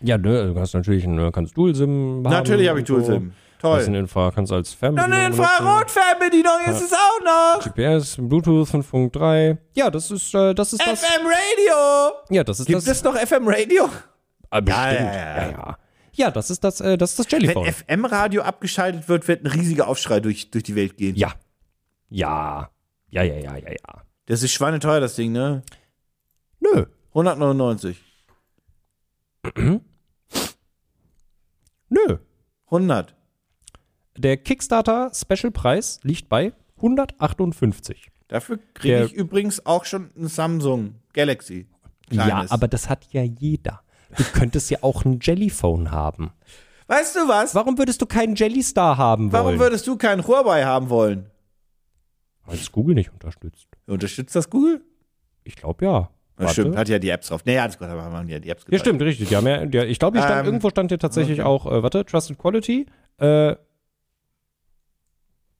S3: Ja, ne, du kannst natürlich ein, kannst Dual-SIM haben.
S2: Natürlich habe ich
S3: und so.
S2: Dual-SIM. Toll.
S3: Bisschen Infra, kannst als
S2: Noch
S3: Fernbedienung
S2: eine
S3: benutzen.
S2: Infrarot-Fernbedienung ist es auch noch.
S3: GPS, Bluetooth 5.3. Ja, das ist, äh, das ist das.
S2: FM-Radio.
S3: Ja, das ist
S2: Gibt
S3: das.
S2: es noch FM-Radio?
S3: Ah, bestimmt.
S2: Ja, ja, ja.
S3: ja, ja. Ja, das ist das, äh, das ist das
S2: Wenn
S3: Jellyphone.
S2: FM-Radio abgeschaltet wird, wird ein riesiger Aufschrei durch, durch die Welt gehen.
S3: ja. Ja. Ja, ja, ja, ja, ja.
S2: Das ist schweineteuer, das Ding, ne?
S3: Nö.
S2: 199.
S3: Nö.
S2: 100.
S3: Der Kickstarter Special Preis liegt bei 158.
S2: Dafür kriege
S3: Der-
S2: ich übrigens auch schon ein Samsung Galaxy.
S3: Ja, aber das hat ja jeder. Du könntest ja auch ein Jellyphone haben.
S2: Weißt du was?
S3: Warum würdest du keinen Jellystar haben
S2: Warum
S3: wollen?
S2: würdest du keinen Huawei haben wollen?
S3: Weil es Google nicht unterstützt.
S2: Unterstützt das Google?
S3: Ich glaube ja.
S2: Ja,
S3: Warte.
S2: stimmt, hat ja die Apps drauf. Nee, alles gut, aber haben ja die Apps
S3: Ja,
S2: gezeigt.
S3: stimmt, richtig. Ja, mehr, ja, ich glaube,
S2: Ähm,
S3: stand irgendwo stand hier tatsächlich auch, äh, warte, Trusted Quality. Äh,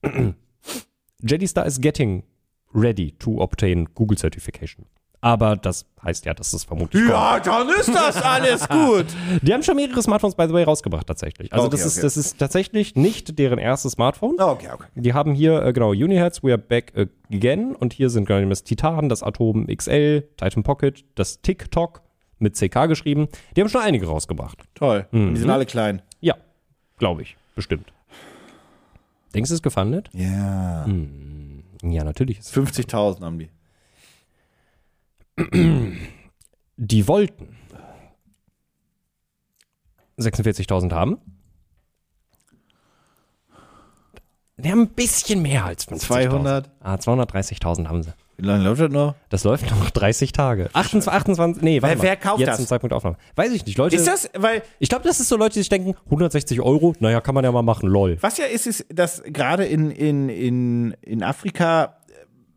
S3: Jellystar is getting ready to obtain Google Certification. Aber das heißt ja, dass das vermutlich
S2: Ja, dann ist das alles gut.
S3: kommt. Die haben schon mehrere Smartphones, by the way, rausgebracht tatsächlich. Also
S2: Okay,
S3: das, ist,
S2: okay.
S3: das ist tatsächlich nicht deren erstes Smartphone.
S2: Okay, okay.
S3: Die haben hier, äh, genau, Unihertz, We Are Back Again. Und hier sind genau das Titan, das Atom XL, Titan Pocket, das TikTok mit CK geschrieben. Die haben schon einige rausgebracht.
S2: Toll.
S3: Mhm.
S2: Die sind alle klein.
S3: Ja, glaube ich, bestimmt. Denkst du, es ist gefundet?
S2: Ja.
S3: Mhm. Ja, natürlich. Ist
S2: 50.000 haben die.
S3: Die wollten 46.000 haben. Die haben ein bisschen mehr als 50.000.
S2: 200.
S3: Ah, 230.000 haben sie.
S2: Wie lange läuft das noch?
S3: Das läuft noch 30 Tage. 28, 28 nee, warte
S2: Wer-
S3: mal.
S2: wer kauft
S3: Jetzt
S2: das?
S3: zum Zeitpunkt der Aufnahme. Weiß ich nicht, Leute.
S2: Ist das, weil,
S3: ich glaube, das ist so Leute, die sich denken, 160 Euro, naja, kann man ja mal machen, lol.
S2: was ja ist, ist, dass gerade in, in, in, in Afrika äh,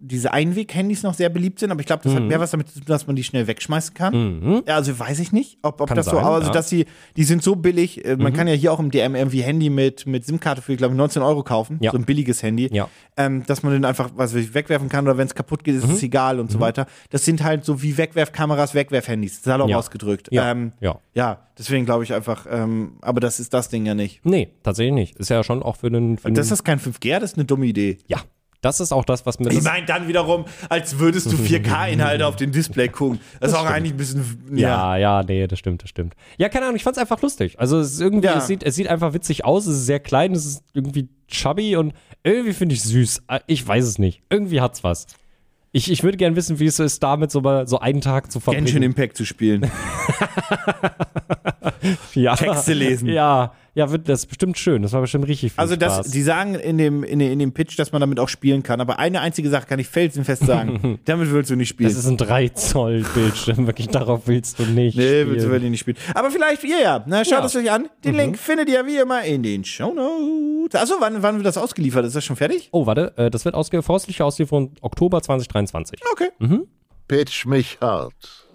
S2: diese Einweg-Handys noch sehr beliebt sind, aber ich glaube, das
S3: Mhm.
S2: hat mehr was damit zu tun, dass man die schnell wegschmeißen kann. Ja, also weiß ich nicht, ob, ob
S3: Kann
S2: das so,
S3: sein,
S2: also
S3: ja. Mhm.
S2: dass sie, die sind so billig, äh, man kann ja hier auch im DM irgendwie Handy mit, mit SIM-Karte für, glaube ich, 19 Euro kaufen,
S3: Ja.
S2: so ein billiges Handy,
S3: Ja.
S2: ähm, dass man den einfach, was weiß ich, wegwerfen kann oder wenn es kaputt geht, ist
S3: Mhm.
S2: es egal und so weiter. Das sind halt so wie Wegwerfkameras, Wegwerfhandys, salopp
S3: Ja.
S2: ausgedrückt.
S3: Ja.
S2: Ähm,
S3: Ja.
S2: ja, deswegen glaube ich einfach, ähm, aber das ist das Ding ja nicht.
S3: Nee, tatsächlich nicht. Ist ja schon auch für den. Für
S2: Das
S3: den-
S2: ist kein 5G, das ist eine dumme Idee. Also-
S3: ja, das ist auch das, was mir.
S2: Ich
S3: Das,
S2: meine dann wiederum, als würdest du 4K-Inhalte auf dem Display gucken. Das, ist auch eigentlich ein bisschen. Ja.
S3: Ja, ja, nee, das stimmt, das stimmt. Ja, keine Ahnung, ich fand's einfach lustig. Also es ist irgendwie,
S2: Ja.
S3: es, sieht, es sieht einfach witzig aus, es ist sehr klein, es ist irgendwie chubby und irgendwie finde ich süß. Äh, Ich weiß es nicht. Irgendwie hat's was. Ich, ich würde gerne wissen, wie es so ist, damit so, mal, so einen Tag zu verbringen.
S2: Genshin Impact zu spielen.
S3: ja.
S2: Texte lesen.
S3: Ja, ja, wird, das ist bestimmt schön. Das war bestimmt richtig viel
S2: Also, das,
S3: Spaß.
S2: die sagen in dem, in, dem- in dem Pitch, dass man damit auch spielen kann, aber eine einzige Sache kann ich felsenfest sagen: damit willst du nicht spielen.
S3: das ist ein 3-Zoll-Bildschirm, wirklich, darauf willst du nicht
S2: Nee, Äh, willst du
S3: spielen.
S2: wirklich nicht spielen. Aber vielleicht ihr ja. Mhm. Na, schaut
S3: Ja.
S2: es euch an. Den Link findet ihr wie immer in den Shownotes. Achso, wann, wann wird das ausgeliefert? Ist das schon fertig?
S3: Oh, warte, äh, das wird ausge forstliche Auslieferung Oktober 2023.
S2: Okay.
S1: Pitch mich hart.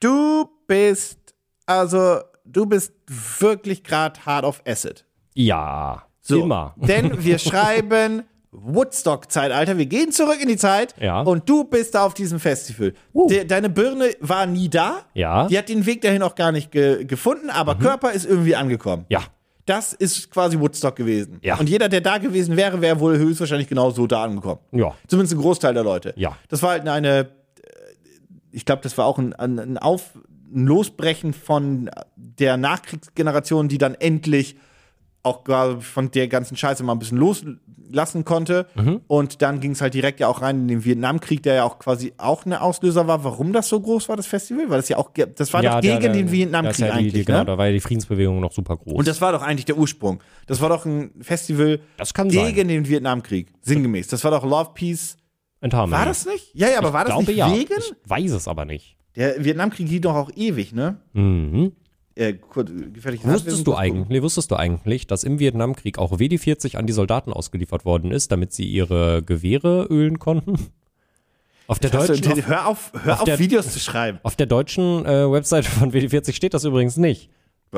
S2: Du bist, also, du bist wirklich gerade hard auf Acid.
S3: Ja, immer.
S2: Denn wir schreiben Woodstock-Zeitalter. Wir gehen zurück in die Zeit
S3: Ja. Uh.
S2: und du bist da auf diesem Festival. De Deine Birne war nie da.
S3: Ja. Mhm.
S2: Die hat den Weg dahin auch gar nicht ge gefunden, aber Körper ist irgendwie angekommen.
S3: Ja,
S2: Das ist quasi Woodstock gewesen.
S3: Ja.
S2: Und jeder, der da gewesen wäre, wäre wohl höchstwahrscheinlich genauso da angekommen.
S3: ja.
S2: Zumindest ein Großteil der Leute.
S3: Ja.
S2: Das war halt eine, äh, ich glaube, das war auch ein, ein, ein, Auf, ein Losbrechen von der Nachkriegsgeneration, die dann endlich auch gerade von der ganzen Scheiße mal ein bisschen loslassen konnte.
S3: Mhm.
S2: Und dann ging es halt direkt ja auch rein in den Vietnamkrieg, der ja auch quasi auch ein Auslöser war. Warum das so groß war, das Festival? Weil das ja auch, ge- das war
S3: ja,
S2: doch
S3: der-
S2: gegen
S3: der-
S2: den
S3: das ist
S2: Vietnamkrieg
S3: ja die,
S2: eigentlich.
S3: Die, genau,
S2: ne?
S3: da war ja die Friedensbewegung noch super groß.
S2: Und das war doch eigentlich der Ursprung. Das war doch ein Festival
S3: Das kann
S2: gegen
S3: sein.
S2: den Vietnamkrieg, sinngemäß. Das war doch Love, Peace
S3: Enttarnung.
S2: War das nicht? Ja, ja, aber war das
S3: Glaube
S2: nicht
S3: ja.
S2: wegen?
S3: Ich weiß es aber nicht.
S2: Der Vietnamkrieg ging doch auch ewig, ne?
S3: Mhm.
S2: Äh, kurz, gefährliches Halbwissen,
S3: Wusstest du
S2: kurz gucken.
S3: eigentlich, nee, wusstest du eigentlich, dass im Vietnamkrieg auch WD-40 an die Soldaten ausgeliefert worden ist, damit sie ihre Gewehre ölen konnten? Auf der
S2: Hast du-
S3: deutschen, auf,
S2: hör auf, hör auf,
S3: der-
S2: Videos zu schreiben.
S3: auf der deutschen äh, Webseite von WD-40 steht das übrigens nicht.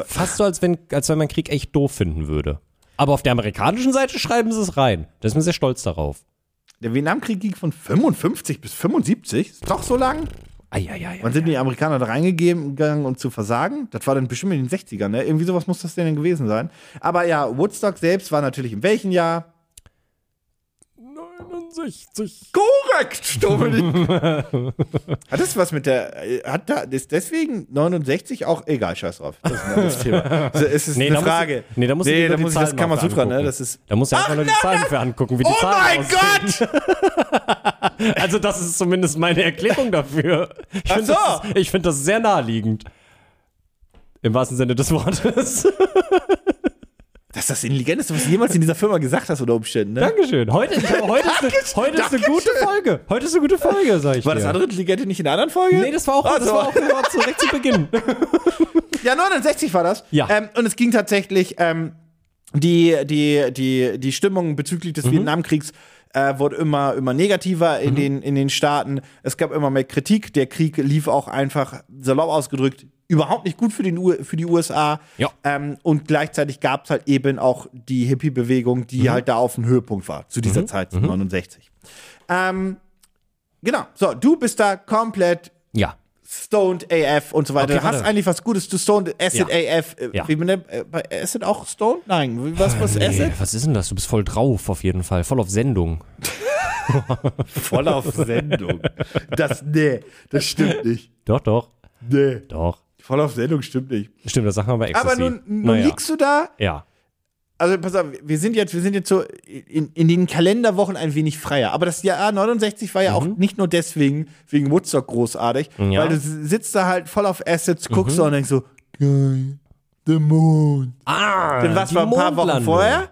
S3: Fast so, als wenn, als wenn man Krieg echt doof finden würde. Aber auf der amerikanischen Seite schreiben sie es rein. Da ist man sehr stolz darauf.
S2: Der Vietnamkrieg ging von 55 bis 75. Ist doch so lang?
S3: Eieiei.
S2: Wann sind die Amerikaner da reingegeben gegangen, um zu versagen? Das war dann bestimmt in den 60ern, ne? Irgendwie sowas muss das denn gewesen sein. Aber ja, Woodstock selbst war natürlich in welchem Jahr?
S3: 69.
S2: Korrekt, Dominik. hat das was mit der, äh, hat da, ist deswegen 69 auch, egal, scheiß drauf. Das ist ein anderes Thema. Also, Es ist
S3: Nee,
S2: eine
S3: da muss ich-
S2: Frage.
S3: nee, da muss ich mir nur die
S2: ich das
S3: Zahlen mal
S2: Kamasutra, ne?
S3: angucken.
S2: Das ist, Ah,
S3: Da muss ja einfach nur die Zahlen für angucken, wie die
S2: oh
S3: Zahlen
S2: mein
S3: aussehen.
S2: Gott!
S3: Also das ist zumindest meine Erklärung dafür. Ich
S2: Ach
S3: finde
S2: so.
S3: das, ich find das sehr naheliegend. Im wahrsten Sinne des Wortes.
S2: Das ist das Intelligenteste, was du jemals in dieser Firma gesagt hast, unter Umständen, ne?
S3: Dankeschön. Heute, ich hab- heute, ist, eine, heute ist eine gute Folge. Heute ist eine gute Folge, sag ich
S2: War
S3: dir.
S2: das andere Intelligente nicht in der anderen Folge?
S3: Nee, das war auch, das
S2: Also-
S3: war auch immer zu, direkt zu Beginn.
S2: Ja, 69 war das.
S3: Ja.
S2: Ähm, und es ging tatsächlich, ähm, die, die, die, die Stimmung bezüglich
S3: Mhm.
S2: des Vietnamkriegs äh, wurde immer, immer negativer in, den, in den Staaten. Es gab immer mehr Kritik. Der Krieg lief auch einfach, salopp ausgedrückt, überhaupt nicht gut für, den, U- für die USA.
S3: Ja.
S2: Ähm, und gleichzeitig gab es halt eben auch die Hippie-Bewegung,
S3: Mhm.
S2: die halt da auf dem Höhepunkt war, zu dieser Zeit, 69. Ähm, genau. So, du bist da komplett
S3: Ja.
S2: Stoned AF und so weiter.
S3: Okay,
S2: du hast
S3: warte.
S2: eigentlich was Gutes zu Stoned Acid
S3: Ja.
S2: AF. Äh,
S3: Ja. Ah,
S2: Wie man nennt, äh, bei Acid auch Stoned? Nein, wie- was was Acid?
S3: was ist denn das? Du bist voll drauf auf jeden Fall. Voll auf Sendung.
S2: Voll auf Sendung.
S1: Das, nee, das stimmt nicht.
S3: Doch, doch.
S2: nee,
S3: Doch.
S2: voll auf Sendung stimmt nicht.
S3: Stimmt, das sagen wir bei Ecstasy.
S2: Aber nun, nun
S3: Naja.
S2: liegst du da.
S3: Ja.
S2: Also pass auf, wir sind jetzt, wir sind jetzt so in, in den Kalenderwochen ein wenig freier. Aber das Jahr 69 war ja auch nicht nur deswegen, wegen Woodstock großartig,
S3: Mhm. Ja. Mhm.
S2: weil du sitzt da halt voll auf Acids, guckst da und denkst so, geil, der Mond.
S3: Ah,
S2: Denn was
S3: die
S2: war ein paar Wochen
S3: Mondlandung.
S2: vorher?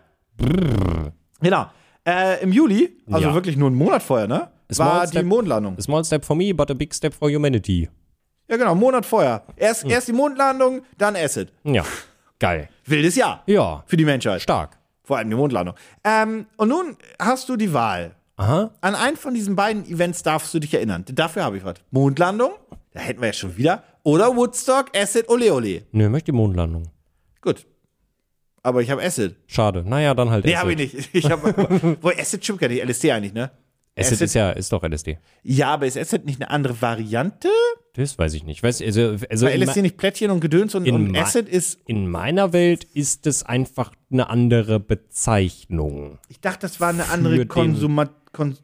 S2: Genau. Äh, Im Juli, also
S3: Ja.
S2: wirklich nur einen Monat vorher, ne?
S3: Ist
S2: war
S3: Mars
S2: die
S3: der-
S2: Mondlandung.
S3: A small step for me, but a big step for humanity.
S2: Ja, genau, einen Monat vorher.
S3: Hm.
S2: Erst, erst die Mondlandung, dann Acid.
S3: Ja. Geil.
S2: Wildes Jahr
S3: Ja.
S2: für die Menschheit.
S3: Stark.
S2: Vor allem die Mondlandung. Ähm, und nun hast du die Wahl.
S3: Aha.
S2: An einen von diesen beiden Events darfst du dich erinnern. Dafür habe ich was. Mondlandung, da hätten wir ja schon wieder. Oder Woodstock, Acid, Ole Ole.
S3: Nö, möchte die Mondlandung.
S2: Gut. Aber ich habe Acid.
S3: Schade. Naja, dann halt
S2: Nee, habe ich nicht. Ich habe. Wohl, Acid stimmt gar nicht. LSD eigentlich, ne?
S3: Acid,
S2: Acid-
S3: ist ja, ist doch LSD.
S2: Ja, aber ist Acid nicht eine andere Variante?
S3: Das weiß ich nicht. Weiß, also, also
S2: Bei
S3: in,
S2: LSD nicht Plättchen und Gedöns und,
S3: in
S2: und
S3: Ma-
S2: Acid ist.
S3: me- in meiner Welt ist es einfach eine andere Bezeichnung.
S2: Ich dachte, das war eine
S3: Für
S2: andere
S3: den-
S2: Konsumat. Kon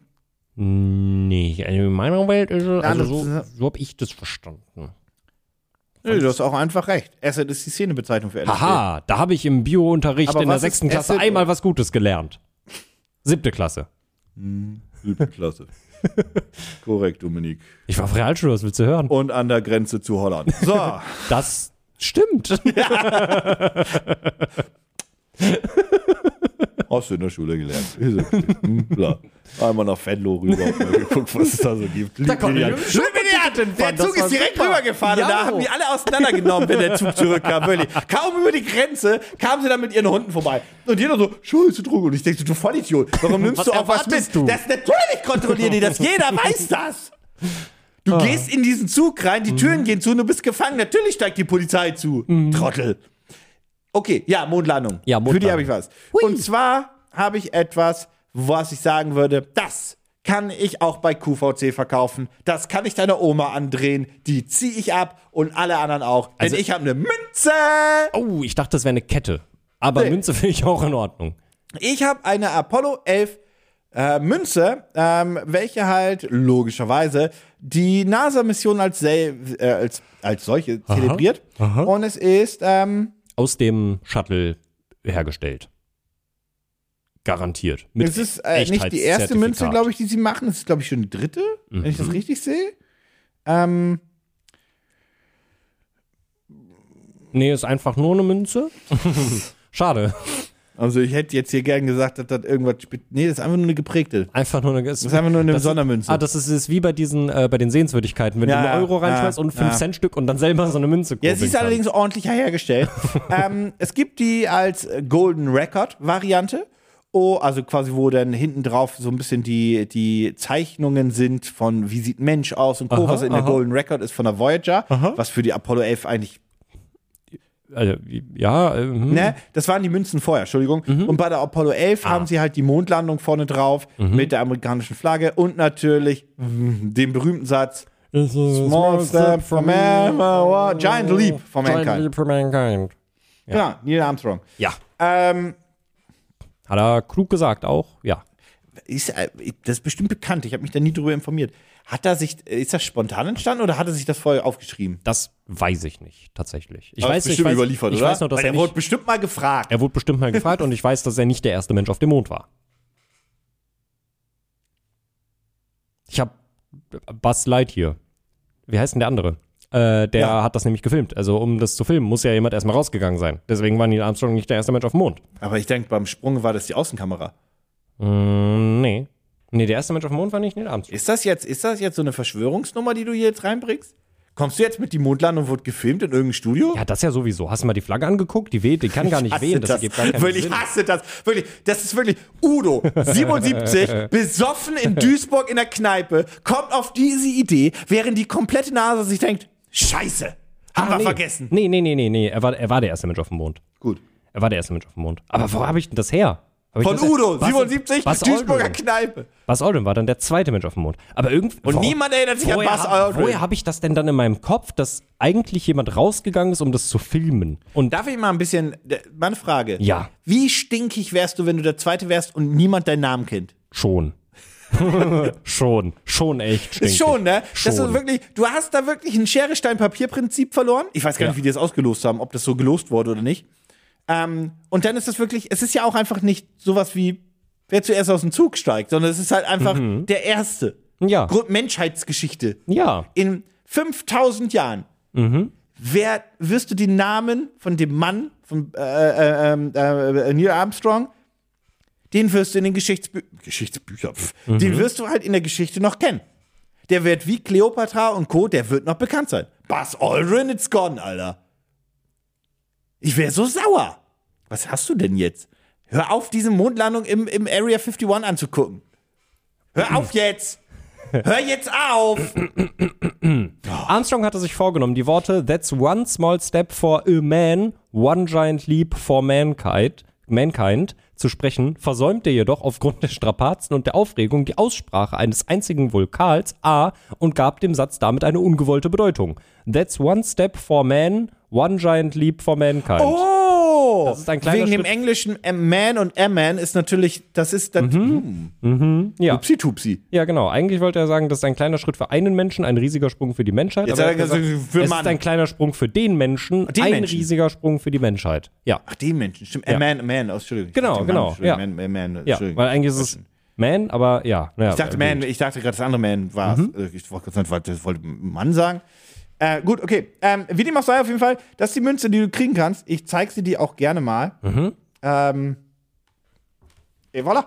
S3: Nee, also in meiner Welt ist es, also so,
S2: andere-
S3: so habe ich das verstanden.
S2: Nö, du hast auch einfach recht. Acid ist die Szenebezeichnung für LSD.
S3: Haha, da habe ich im Biounterricht
S2: Aber
S3: in der
S2: was ist
S3: sechsten Klasse
S2: Acid?
S3: einmal was Gutes gelernt. Siebte Klasse.
S2: Klasse. Korrekt, Dominik.
S3: Ich war auf Realschule, was willst du hören?
S2: Und an der Grenze zu Holland. So.
S3: Das stimmt.
S2: Hast du in der Schule gelernt. Ist okay. Hm, Klar. Einmal nach Venlo rüber und mal geguckt, was es da so gibt. Da
S3: konnte ich mit dem
S2: Der
S3: das
S2: Zug
S3: war
S2: ist direkt
S3: super.
S2: rübergefahren und
S3: Ja.
S2: da haben die alle auseinandergenommen, wenn der Zug zurückkam. Wirklich. Kaum über die Grenze kamen sie dann mit ihren Hunden vorbei. Und jeder so, Scheiße, Drogen. Und ich denke, du Vollidiot, warum nimmst
S3: Was
S2: du auch was mit?
S3: erwartest du?
S2: Das natürlich kontrollieren die das. Jeder weiß das. Du
S3: Ah.
S2: gehst in diesen Zug rein,
S3: Mhm.
S2: die Türen gehen zu und du bist gefangen. Natürlich steigt die Polizei zu. Trottel. Okay, ja, Mondlandung.
S3: Ja,
S2: Für die
S3: Mondlandung.
S2: habe ich was. Und zwar habe ich etwas, was ich sagen würde, das kann ich auch bei QVC verkaufen. Das kann ich deiner Oma andrehen. Die ziehe ich ab und alle anderen auch. Denn
S3: Also-
S2: ich habe eine Münze.
S3: Oh, ich dachte, das wäre eine Kette. Aber
S2: Nee.
S3: Münze finde ich auch in Ordnung.
S2: Ich habe eine Apollo 11 äh, Münze, ähm, welche halt logischerweise die NASA-Mission als, sel- äh, als, als solche zelebriert. Und es ist ähm,
S3: aus dem Shuttle hergestellt. Garantiert. Mit
S2: Es ist äh, nicht die erste Münze, glaube ich, die sie machen. Es ist, glaube ich, schon die dritte, wenn ich
S3: Mhm.
S2: das richtig sehe. Ähm,
S3: Nee, ist einfach nur eine Münze. Schade.
S2: Also ich hätte jetzt hier gern gesagt, dass das irgendwas spielt. Nee, das ist einfach nur eine geprägte.
S3: Einfach nur eine. Das
S2: ist einfach nur eine Sondermünze.
S3: Ah, das ist, ist wie bei diesen, äh, bei den Sehenswürdigkeiten, wenn
S2: Ja,
S3: du einen Euro
S2: ja,
S3: reinschmeißt und
S2: ja.
S3: 5 Cent Stück und dann selber so eine Münze
S2: Ja, sie
S3: kurbeln
S2: ist allerdings ordentlich hergestellt. ähm, es gibt die als äh, Golden Record Variante. Oh, also quasi, wo dann hinten drauf so ein bisschen die, die Zeichnungen sind von wie sieht Mensch aus und Co.,
S3: Aha,
S2: was in der
S3: aha.
S2: Golden Record ist von der Voyager,
S3: Aha.
S2: was für die Apollo 11 eigentlich,
S3: Also, ja, äh, hm.
S2: ne? Das waren die Münzen vorher, Entschuldigung.
S3: Mhm.
S2: Und bei der Apollo 11
S3: Ah.
S2: haben sie halt die Mondlandung vorne drauf
S3: Mhm.
S2: mit der amerikanischen Flagge und natürlich mm, den berühmten Satz Small Step for Man, uh, Giant Leap for Mankind.
S3: for Mankind.
S2: Ja, Neil Armstrong.
S3: Ja.
S2: Ähm,
S3: Hat er klug gesagt auch, ja.
S2: ist, äh, das ist bestimmt bekannt, ich habe mich da nie drüber informiert. Hat er sich, äh, ist das spontan entstanden oder hat er sich das vorher aufgeschrieben?
S3: Das weiß ich nicht, tatsächlich. Ich
S2: Das
S3: weiß,
S2: ist
S3: ich weiß,
S2: überliefert,
S3: ich
S2: oder?
S3: weiß noch, dass
S2: Weil
S3: er
S2: er wurde
S3: nicht,
S2: bestimmt mal gefragt.
S3: er wurde bestimmt mal gefragt und ich weiß, dass er nicht der erste Mensch auf dem Mond war. Ich habe Buzz Lightyear. Wie heißt denn der andere? Äh, der
S2: Ja.
S3: hat das nämlich gefilmt. Also um das zu filmen, muss ja jemand erstmal rausgegangen sein. Deswegen war Neil Armstrong nicht der erste Mensch auf dem Mond.
S2: Aber ich denke, beim Sprung war das die Außenkamera.
S3: Mm, nee. Nee, der erste Mensch auf dem Mond war nicht Neil Armstrong.
S2: Ist das jetzt, ist das jetzt so eine Verschwörungsnummer, die du hier jetzt reinbringst? Kommst du jetzt mit die Mondlandung wurde gefilmt in irgendeinem Studio?
S3: Ja, das ja sowieso. Hast du mal die Flagge angeguckt? Die weht, die kann gar nicht
S2: hasse
S3: wehen. Das,
S2: das.
S3: ergibt gar keinen
S2: Wirklich,
S3: Sinn.
S2: ich hasse das. Wirklich, das ist wirklich Udo, 77, besoffen in Duisburg in der Kneipe, kommt auf diese Idee, während die komplette NASA sich denkt, scheiße, haben
S3: Ah,
S2: wir
S3: nee.
S2: vergessen.
S3: Nee, nee, nee, nee, nee. Er war, er war der erste Mensch auf dem Mond.
S1: Gut.
S3: Er war der erste Mensch auf dem Mond. Aber wo habe ich denn das her? Hab ich
S2: Von
S3: das her-
S2: Udo,
S3: Buzz-
S2: 77,
S3: Buzz
S2: Duisburger
S3: Aldrin.
S2: Kneipe.
S3: Buzz Aldrin war dann der zweite Mensch auf dem Mond. Aber irgendwie.
S2: Und niemand erinnert sich an Buzz Aldrin.
S3: Woher habe ich das denn dann in meinem Kopf, dass eigentlich jemand rausgegangen ist, um das zu filmen? Und
S2: Darf ich mal ein bisschen, meine Frage.
S3: Ja.
S2: Wie stinkig wärst du, wenn du der Zweite wärst und niemand deinen Namen kennt?
S3: schon. schon. Schon echt. stinkig.
S2: Schon, ne?
S3: Schon.
S2: Das ist wirklich, du hast da wirklich ein Schere, Stein, Papier-Prinzip verloren. Ich weiß gar nicht, wie die das ausgelost haben, ob das so gelost wurde oder nicht. Ähm, und dann ist das wirklich, es ist ja auch einfach nicht sowas wie, wer zuerst aus dem Zug steigt, sondern es ist halt einfach der Erste.
S3: Ja.
S2: Gru- Menschheitsgeschichte.
S3: Ja.
S2: In 5000 Jahren. Wer, wirst du den Namen von dem Mann, von äh, äh, äh, äh, Neil Armstrong, den wirst du in den Geschichtsbü Geschichtsbüchern, pf, den wirst du halt in der Geschichte noch kennen. Der wird wie Cleopatra und Co., der wird noch bekannt sein. Buzz Aldrin, it's gone, Alter. Ich wäre so sauer. Was hast du denn jetzt? Hör auf, diese Mondlandung im, im Area 51 anzugucken. Hör auf jetzt! Hör jetzt auf!
S3: Armstrong hatte sich vorgenommen, die Worte That's one small step for a man, one giant leap for mankind, mankind zu sprechen, versäumte jedoch aufgrund der Strapazen und der Aufregung die Aussprache eines einzigen Vulkals A und gab dem Satz damit eine ungewollte Bedeutung. That's one step for man, one giant leap for mankind.
S2: Oh!
S3: Das ist ein kleiner
S2: Wegen dem
S3: Schritt. Mhm.
S2: englischen M- Man und M-Man ist natürlich, das ist dann
S3: ja.
S2: Upsi Tupsi.
S3: ja, genau. Eigentlich wollte er sagen, das ist ein kleiner Schritt für einen Menschen, ein riesiger Sprung für die Menschheit.
S2: Jetzt
S3: aber
S2: hat er
S3: hat
S2: gesagt, für
S3: es
S2: Mann.
S3: ist ein kleiner Sprung für den Menschen,
S2: Den
S3: ein
S2: Menschen.
S3: riesiger Sprung für die Menschheit. Ja.
S2: Ach, den Menschen, stimmt. A Man, a Man, oh, Entschuldigung. Ich
S3: Genau,
S2: dachte
S3: genau,
S2: Mann, Entschuldigung,
S3: ja.
S2: Man, man, man,
S3: Ja,
S2: Entschuldigung.
S3: weil eigentlich ist es Man, aber ja. ja
S2: ich dachte Man, ich dachte gerade, das andere Man war
S3: Mhm.
S2: es. Äh, Ich wollte gerade sagen, das wollte Mann sagen. Äh, gut, okay. Ähm, wie dem auch sei, auf jeden Fall, das ist die Münze, die du kriegen kannst. Ich zeig sie dir auch gerne mal.
S3: Mhm.
S2: Ähm, et voilà.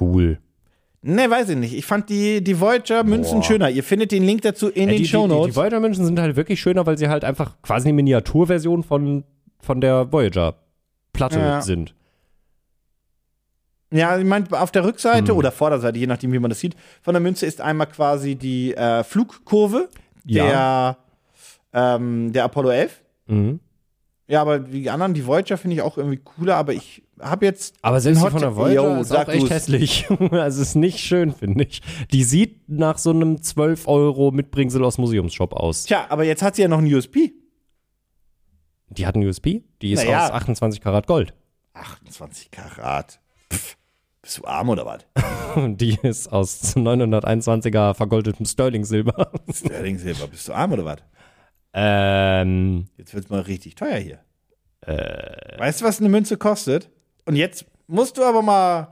S3: Cool.
S2: Ne, weiß ich nicht. Ich fand die, die Voyager-Münzen
S3: Boah.
S2: schöner. Ihr findet den Link dazu in
S3: Ja,
S2: den
S3: die, die,
S2: Show
S3: die,
S2: Notes.
S3: die Voyager-Menschen sind halt wirklich schöner, weil sie halt einfach quasi eine Miniaturversion von, von der Voyager-Platte
S2: Ja.
S3: sind.
S2: Ja, ich meine, auf der
S3: Hm.
S2: Rückseite oder Vorderseite, je nachdem, wie man das sieht, von der Münze ist einmal quasi die äh, Flugkurve
S3: Ja.
S2: der, ähm, der Apollo 11.
S3: Mhm.
S2: Ja, aber die anderen, die Voyager, finde ich auch irgendwie cooler, aber ich habe jetzt.
S3: Aber selbst die
S2: Hot-
S3: von der Voyager
S2: Yo,
S3: ist
S2: sag
S3: auch echt
S2: du's.
S3: hässlich. also ist nicht schön, finde ich. Die sieht nach so einem 12-Euro-Mitbringsel aus Museumsshop aus.
S2: Tja, aber jetzt hat sie ja noch einen USB.
S3: Die hat einen USB, die ist
S2: Naja.
S3: aus 28 Karat Gold.
S2: 28 Karat. Pff, bist du arm oder was?
S3: Die ist aus 921er vergoldetem Sterling-Silber.
S2: Sterling Silber, bist du arm oder was?
S3: ähm,
S2: Jetzt wird's mal richtig teuer hier. Weißt du, was eine Münze kostet? Und jetzt musst du aber mal.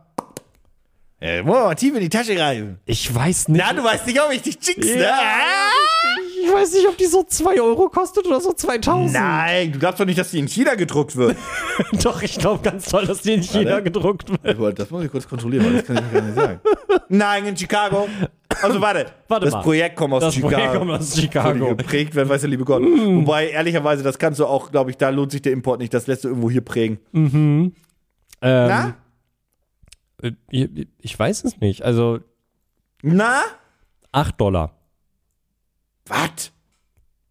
S2: Äh, wow, tief in die Tasche greifen.
S3: ich weiß nicht.
S2: Na, du weißt nicht, ob ich dich jinx, ne?
S3: Ja,
S2: Ah!
S3: Ich weiß nicht, ob die so 2 Euro kostet oder so 2000.
S2: Nein, du glaubst doch nicht, dass die in China gedruckt wird.
S3: Doch, ich glaube ganz toll, dass die in China
S2: Warte.
S3: gedruckt wird.
S2: Ich wollte- Das muss ich kurz kontrollieren, weil das kann ich gar nicht sagen. Nein, in Chicago. Also warte,
S3: Warte
S2: das
S3: mal.
S2: Projekt kommt aus
S3: Das
S2: Chicago.
S3: Projekt kommt aus
S2: Wurde
S3: Chicago. Mm.
S2: geprägt werden, weiß der liebe Gott. Wobei, ehrlicherweise, das kannst du auch, glaube ich, da lohnt sich der Import nicht. Das lässt du irgendwo hier prägen.
S3: Ähm, äh,
S2: Na?
S3: ich, ich weiß es nicht. Also
S2: Na?
S3: 8 Dollar.
S2: Was?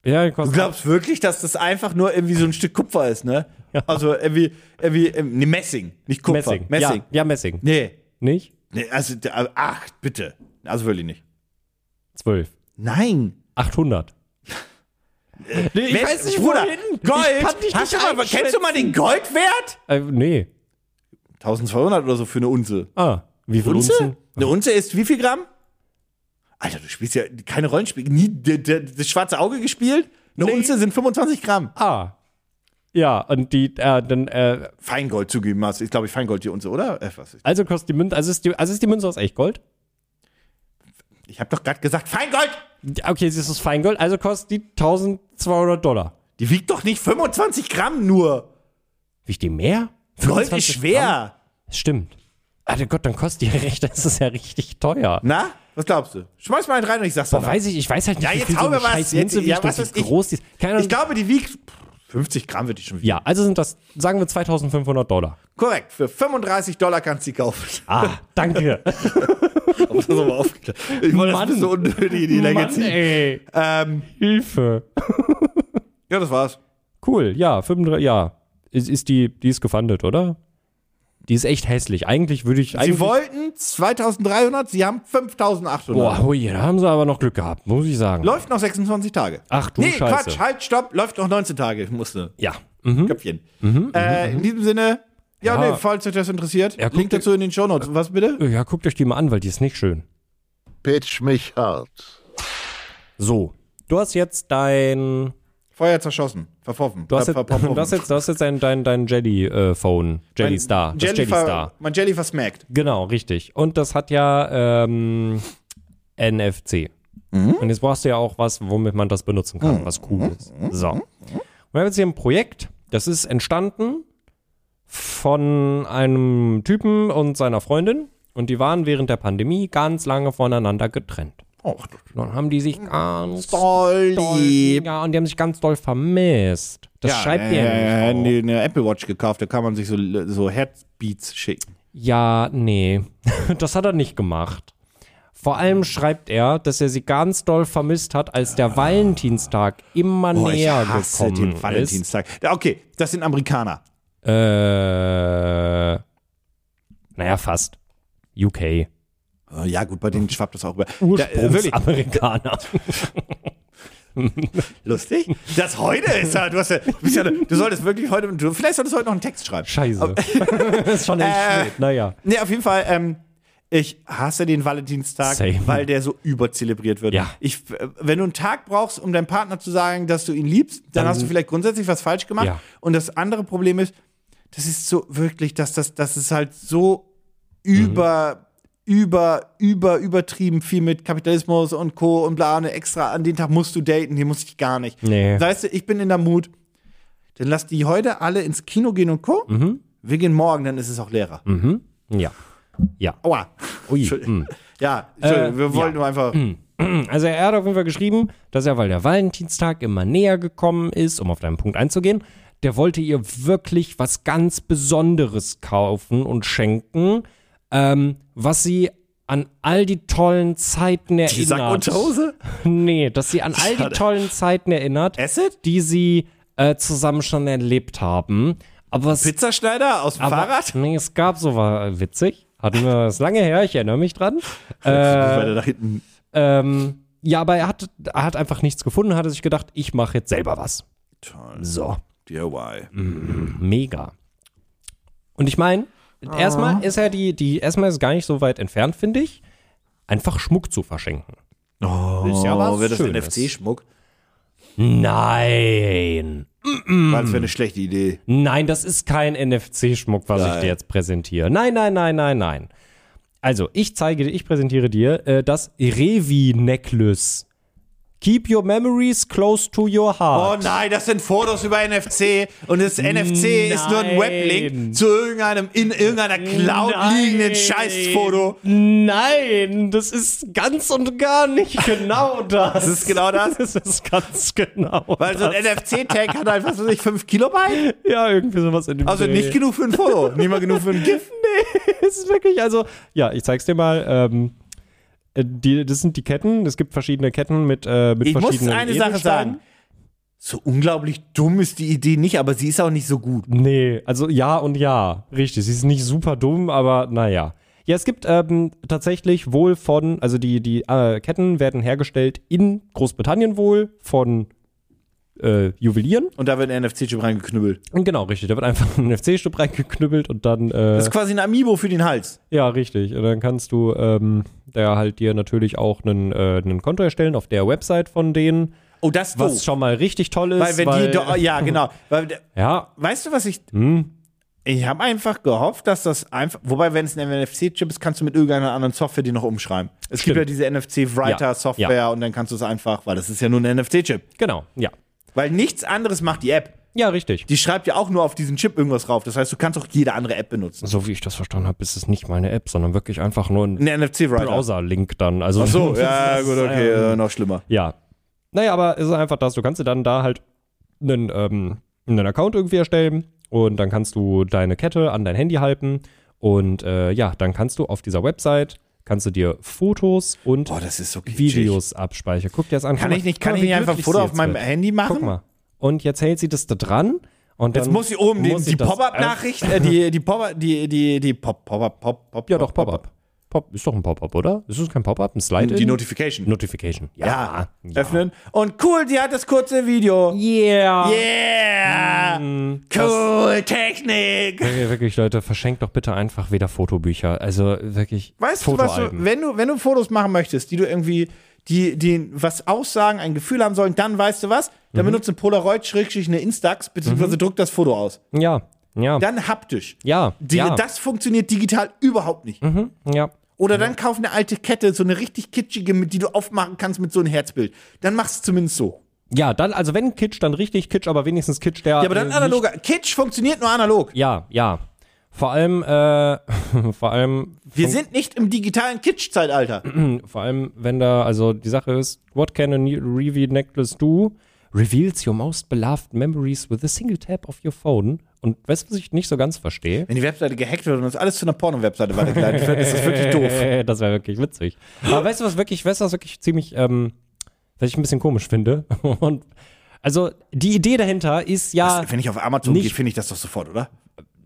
S3: Ja,
S2: Du
S3: kostet.
S2: glaubst wirklich, dass das einfach nur irgendwie so ein Stück Kupfer ist, ne?
S3: Ja.
S2: Also irgendwie, irgendwie, ähm, nee, Messing, nicht Kupfer.
S3: Messing.
S2: Messing.
S3: Ja, ja, Messing.
S2: Nee.
S3: Nicht?
S2: nee. Also, d- ach, bitte. Also wirklich nicht.
S3: 12.
S2: Nein.
S3: 800. Nee, ich
S2: Mess- Bruder,
S3: Ich kann
S2: Gold.
S3: dich
S2: Hast
S3: nicht
S2: du mal, kennst du mal den Goldwert?
S3: Äh, nee.
S2: 1200 oder so für eine Unze.
S3: Ah, wie viel Unzen?
S2: Eine Unze ist wie viel Gramm? Alter, du spielst ja keine Rollenspiele. Nie d- d- das schwarze Auge gespielt? Eine Unze sind 25 Gramm.
S3: Ah. Ja, und die, äh, dann, äh,
S2: Feingold zugeben hast. Ist, glaube ich, Feingold die Unze, oder? Äh, was,
S3: also kostet die Münze, also ist die, also ist die Münze aus Echtgold?
S2: ich habe doch gerade gesagt, Feingold!
S3: Okay, sie ist aus Feingold, also kostet die 1200 Dollar.
S2: Die wiegt doch nicht 25 Gramm nur.
S3: Wiegt die mehr?
S2: Gold ist
S3: 25 Gramm?
S2: schwer.
S3: Stimmt. Alter Gott, dann kostet die recht, das ist ja richtig teuer.
S2: Na, was glaubst du? Schmeiß mal einen rein und ich sag's dir.
S3: Boah, weiß ich, ich weiß halt nicht,
S2: Ja,
S3: wie
S2: jetzt
S3: viel so
S2: hau mir
S3: eine
S2: was.
S3: scheiß
S2: Jetzt-
S3: Münze
S2: ja,
S3: wiegt
S2: was
S3: und
S2: weiß
S3: wie
S2: ich.
S3: groß die ist. Keine Ahnung,
S2: Ich glaube, die wiegt pff, 50 Gramm, würde ich schon wiegen.
S3: Ja, also sind das, sagen wir 2500 Dollar.
S2: Korrekt, für 35 Dollar kannst du die kaufen.
S3: Ah, danke.
S2: Das ist aber aufgeklärt. Ich wollte das
S3: Mann.
S2: ein bisschen unnötig in die Länge
S3: Oh Mann,
S2: ziehen.
S3: ey.
S2: Ähm,
S3: Hilfe.
S2: ja, das war's.
S3: Cool, ja, 35, ja. Ist, ist die, die ist gefundet, oder? Die ist echt hässlich. Eigentlich würde ich,
S2: Sie
S3: eigentlich,
S2: wollten 2300, sie haben 5800.
S3: boah, hui, da haben sie aber noch Glück gehabt, muss ich sagen.
S2: Läuft noch 26 Tage.
S3: Ach du
S2: nee,
S3: Scheiße.
S2: Quatsch, halt, stopp, läuft noch 19 Tage. Ich musste.
S3: Ja. Mhm.
S2: Köpfchen. äh, in diesem Sinne, ja,
S3: Ja.
S2: Nee, falls euch das interessiert,
S3: Ja, guck
S2: Link
S3: dir-
S2: dazu in den Shownotes. Was bitte?
S3: Ja, guckt euch die mal an, weil die ist nicht schön.
S1: Pitch mich hart.
S3: So. Du hast jetzt dein,
S2: Feuer zerschossen, äh, verworfen.
S3: du hast
S2: Ver-
S3: jetzt,
S2: verworfen.
S3: du hast jetzt, du hast jetzt dein, dein, dein Jelly, äh, Phone. Jelly
S2: Mein
S3: Star. Das
S2: Ah, Jelly
S3: Jelly
S2: ver-
S3: Star.
S2: Mein Jelly versmackt.
S3: Genau, richtig. Und das hat ja ähm, NFC.
S2: Mhm.
S3: Und jetzt brauchst du ja auch was, womit man das benutzen kann, was cool ist. So. Und wir haben jetzt hier ein Projekt, das ist entstanden von einem Typen und seiner Freundin. Und die waren während der Pandemie ganz lange voneinander getrennt.
S2: Oh,
S3: Und dann haben die sich ganz doll,
S2: Dolly.
S3: ja, und die haben sich ganz doll vermisst. Das schreibt ihr ja
S2: äh,
S3: nicht. Oh. auf.
S2: nee, eine Apple Watch gekauft, da kann man sich so, so Herzbeats schicken.
S3: Ja, nee, das hat er nicht gemacht. Vor allem schreibt er, dass er sie ganz doll vermisst hat, als der Valentinstag immer
S2: Ah. Boah, ich
S3: näher
S2: hasse
S3: gekommen
S2: den Valentinstag. Ja, Okay, das sind Amerikaner.
S3: ist. Äh, naja, fast. UK.
S2: Oh, Ja, gut, bei denen schwappt das auch über. Da, äh, wirklich,
S3: Ursprungsamerikaner.
S2: lustig. Das heute ist ja, du, hast ja, du, bist ja, du solltest wirklich heute, du, vielleicht solltest du heute noch einen Text schreiben.
S3: Scheiße. ist schon echt
S2: Äh.
S3: spät. Naja.
S2: Nee, auf jeden Fall, ähm, ich hasse den Valentinstag,
S3: Same.
S2: weil der so überzelebriert wird.
S3: Ja.
S2: Ich, äh, wenn du einen Tag brauchst, um deinem Partner zu sagen, dass du ihn liebst, dann, hast du vielleicht grundsätzlich was falsch gemacht.
S3: Ja.
S2: Und das andere Problem ist, das ist so wirklich, dass das, das ist halt so
S3: Mhm.
S2: über, über, über, übertrieben viel mit Kapitalismus und Co. und bla und extra. An den Tag musst du daten, hier muss ich gar nicht.
S3: Nee.
S2: Weißt du, ich bin in der Mut. Dann lass die heute alle ins Kino gehen und Co.
S3: Mhm.
S2: Wir gehen morgen, dann ist es auch leerer.
S3: Ja. Ja.
S2: Aua.
S3: Ui.
S2: Oh, Entschuldigung.
S3: mm.
S2: Ja, Entschuldigung,
S3: Äh,
S2: wir wollten
S3: ja.
S2: nur einfach.
S3: Also er hat auf jeden Fall geschrieben, dass er, weil der Valentinstag immer näher gekommen ist, um auf deinen Punkt einzugehen, der wollte ihr wirklich was ganz Besonderes kaufen und schenken, ähm, was sie an all die tollen Zeiten erinnert.
S2: Die Sackunterhose?
S3: Nee, dass sie an all die
S2: Schade.
S3: tollen Zeiten erinnert,
S2: Acid?
S3: die sie äh, zusammen schon erlebt haben. Aber es
S2: Pizzaschneider aus dem
S3: aber- äh,
S2: Fahrrad?
S3: Nee, es gab so was witzig. Hatten wir das lange her, ich erinnere mich dran. Äh,
S2: weiter nach hinten.
S3: ähm, ja, aber er hat, er hat einfach nichts gefunden, hatte sich gedacht, ich mache jetzt selber was.
S2: Toll.
S3: So,
S2: DIY.
S3: mega. Und ich meine, erstmal ist ja die, die, erstmal ist gar nicht so weit entfernt, finde ich, einfach Schmuck zu verschenken.
S2: Oh,
S3: ja was
S2: wäre das
S3: Schönes.
S2: NFC-Schmuck?
S3: Nein.
S2: Weil es wäre eine schlechte Idee.
S3: Nein, das ist kein NFC-Schmuck, was ich
S2: Nein.
S3: dir jetzt präsentiere. Nein, nein, nein, nein, nein. Also, ich zeige dir, ich präsentiere dir äh, das Revi-Necklace. Keep your memories close to your
S2: Oh
S3: heart.
S2: nein, das sind Fotos über NFC und das NFC ist nur ein
S3: Nein.
S2: Weblink zu irgendeinem in irgendeiner Cloud liegenden
S3: Nein.
S2: Scheißfoto.
S3: Nein, das ist ganz und gar nicht genau das. Das
S2: ist genau das?
S3: Das ist ganz genau.
S2: Weil so ein NFC-Tag hat halt, was weiß ich, 5 Kilobyte?
S3: ja, irgendwie sowas in dem
S2: Also
S3: Dreh.
S2: nicht genug für ein Foto, nicht mal genug für ein GIF.
S3: Nee, es ist wirklich, also, ja, ich zeig's dir mal. Ähm, äh, die, das sind die Ketten. Es gibt verschiedene Ketten mit, äh, mit
S2: Ich muss
S3: verschiedenen
S2: eine Sache
S3: Edelsteinen.
S2: sagen. So unglaublich dumm ist die Idee nicht, aber sie ist auch nicht so gut.
S3: Nee, also ja und ja. Richtig, sie ist nicht super dumm, aber naja. Ja, es gibt ähm, tatsächlich wohl von, also die, die äh, Ketten werden hergestellt in Großbritannien wohl von äh, Juwelieren.
S4: Und da wird ein NFC-Chip reingeknüppelt.
S3: Und genau, richtig. Da wird einfach ein NFC-Stück reingeknüppelt und dann. Äh,
S2: Das ist quasi ein Amiibo für den Hals.
S3: ja, richtig. Und dann kannst du ähm, da halt dir natürlich auch ein äh, einen Konto erstellen auf der Website von denen,
S2: Oh, das ist
S3: was
S2: doof.
S3: schon mal richtig toll ist.
S2: Weil wenn die, do- ja genau, weil,
S3: ja,
S2: weißt du was ich,
S3: Hm?
S2: ich habe einfach gehofft, dass das einfach, wobei wenn es ein NFC-Chip ist, kannst du mit irgendeiner anderen Software die noch umschreiben. Es gibt
S3: Stimmt.
S2: ja diese NFC-Writer-Software
S3: Ja, ja.
S2: und dann kannst du es einfach, weil das ist ja nur ein NFC-Chip,
S3: genau, ja.
S2: weil nichts anderes macht die App.
S3: Ja, richtig.
S2: Die schreibt ja auch nur auf diesen Chip irgendwas drauf. Das heißt, du kannst auch jede andere App benutzen.
S3: so wie ich das verstanden habe, ist es nicht mal eine App, sondern wirklich einfach nur ein
S2: Ein NFC-Writer.
S3: Browser-Link dann. Also Ach
S2: So, ja gut, okay,
S3: Ähm,
S2: äh, noch schlimmer.
S3: ja. Naja, aber es ist einfach das, du kannst dir dann da halt einen, ähm, einen Account irgendwie erstellen und dann kannst du deine Kette an dein Handy halten und äh, ja, dann kannst du auf dieser Website, kannst du dir Fotos und
S2: Boah, das ist so kitschig.
S3: Videos abspeichern. Guck dir das an.
S2: Kann
S3: Guck mal-
S2: ich nicht,
S3: guck
S2: kann
S3: mal,
S2: ich
S3: wie
S2: nicht einfach ein
S3: glücklich
S2: Foto
S3: sie
S2: auf
S3: jetzt
S2: meinem
S3: wird.
S2: Handy
S3: Guck
S2: machen?
S3: mal. Und jetzt hält sie das da dran und
S2: Jetzt
S3: dann
S2: muss sie oben den,
S3: muss
S2: die
S3: das
S2: Pop-Up-Nachricht, äh, die, die Pop-Up, die, die, die Pop, Pop-Up, Pop, Pop.
S3: Ja, doch, Pop-Up. Pop, ist doch ein Pop-Up, oder? Ist es kein Pop-Up? Ein Slide?
S2: Die Notification.
S3: Notification.
S2: ja. Öffnen. Und cool, sie hat das kurze Video.
S3: Yeah.
S2: Yeah!
S3: Hm.
S2: Cool, Technik!
S3: Wirklich, wirklich, Leute, verschenkt doch bitte einfach wieder Fotobücher. Also wirklich.
S2: Weißt du, was du,
S3: Fotoalben.
S2: wenn du, wenn du Fotos machen möchtest, die du irgendwie, die, die was aussagen, ein Gefühl haben sollen, dann weißt du was? Dann
S3: Mhm.
S2: benutzt ein Polaroid, Schrägstrich, eine Instax, beziehungsweise druckt das Foto aus.
S3: Ja. Ja.
S2: Dann haptisch.
S3: ja.
S2: Die,
S3: Mhm. ja.
S2: Das funktioniert digital überhaupt nicht.
S3: Mhm, ja.
S2: Oder dann kauf eine alte Kette, so eine richtig kitschige, mit die du aufmachen kannst mit so einem Herzbild. Dann machst du es zumindest so.
S3: Ja, dann, also wenn Kitsch, dann richtig Kitsch, aber wenigstens Kitsch, der. äh,
S2: Ja, aber dann analoger. Kitsch funktioniert nur analog.
S3: Ja, ja. Vor allem, äh, vor allem,
S2: Wir sind nicht im digitalen Kitsch-Zeitalter.
S3: vor allem, wenn da, also die Sache ist, what can a ne- Reveal Necklace do? Reveals your most beloved memories with a single tap of your phone. Und weißt du, was ich nicht so ganz verstehe?
S2: Wenn die Webseite gehackt wird und uns alles zu einer Porno-Webseite weitergeleitet wird, ist das wirklich doof.
S3: Äh, Das wäre wirklich witzig. Aber weißt du, was wirklich, weißt du, was wirklich ziemlich, ähm, was ich ein bisschen komisch finde? Und also die Idee dahinter ist ja,
S2: Wenn ich auf Amazon
S3: Nicht-
S2: gehe, finde ich das doch sofort, oder?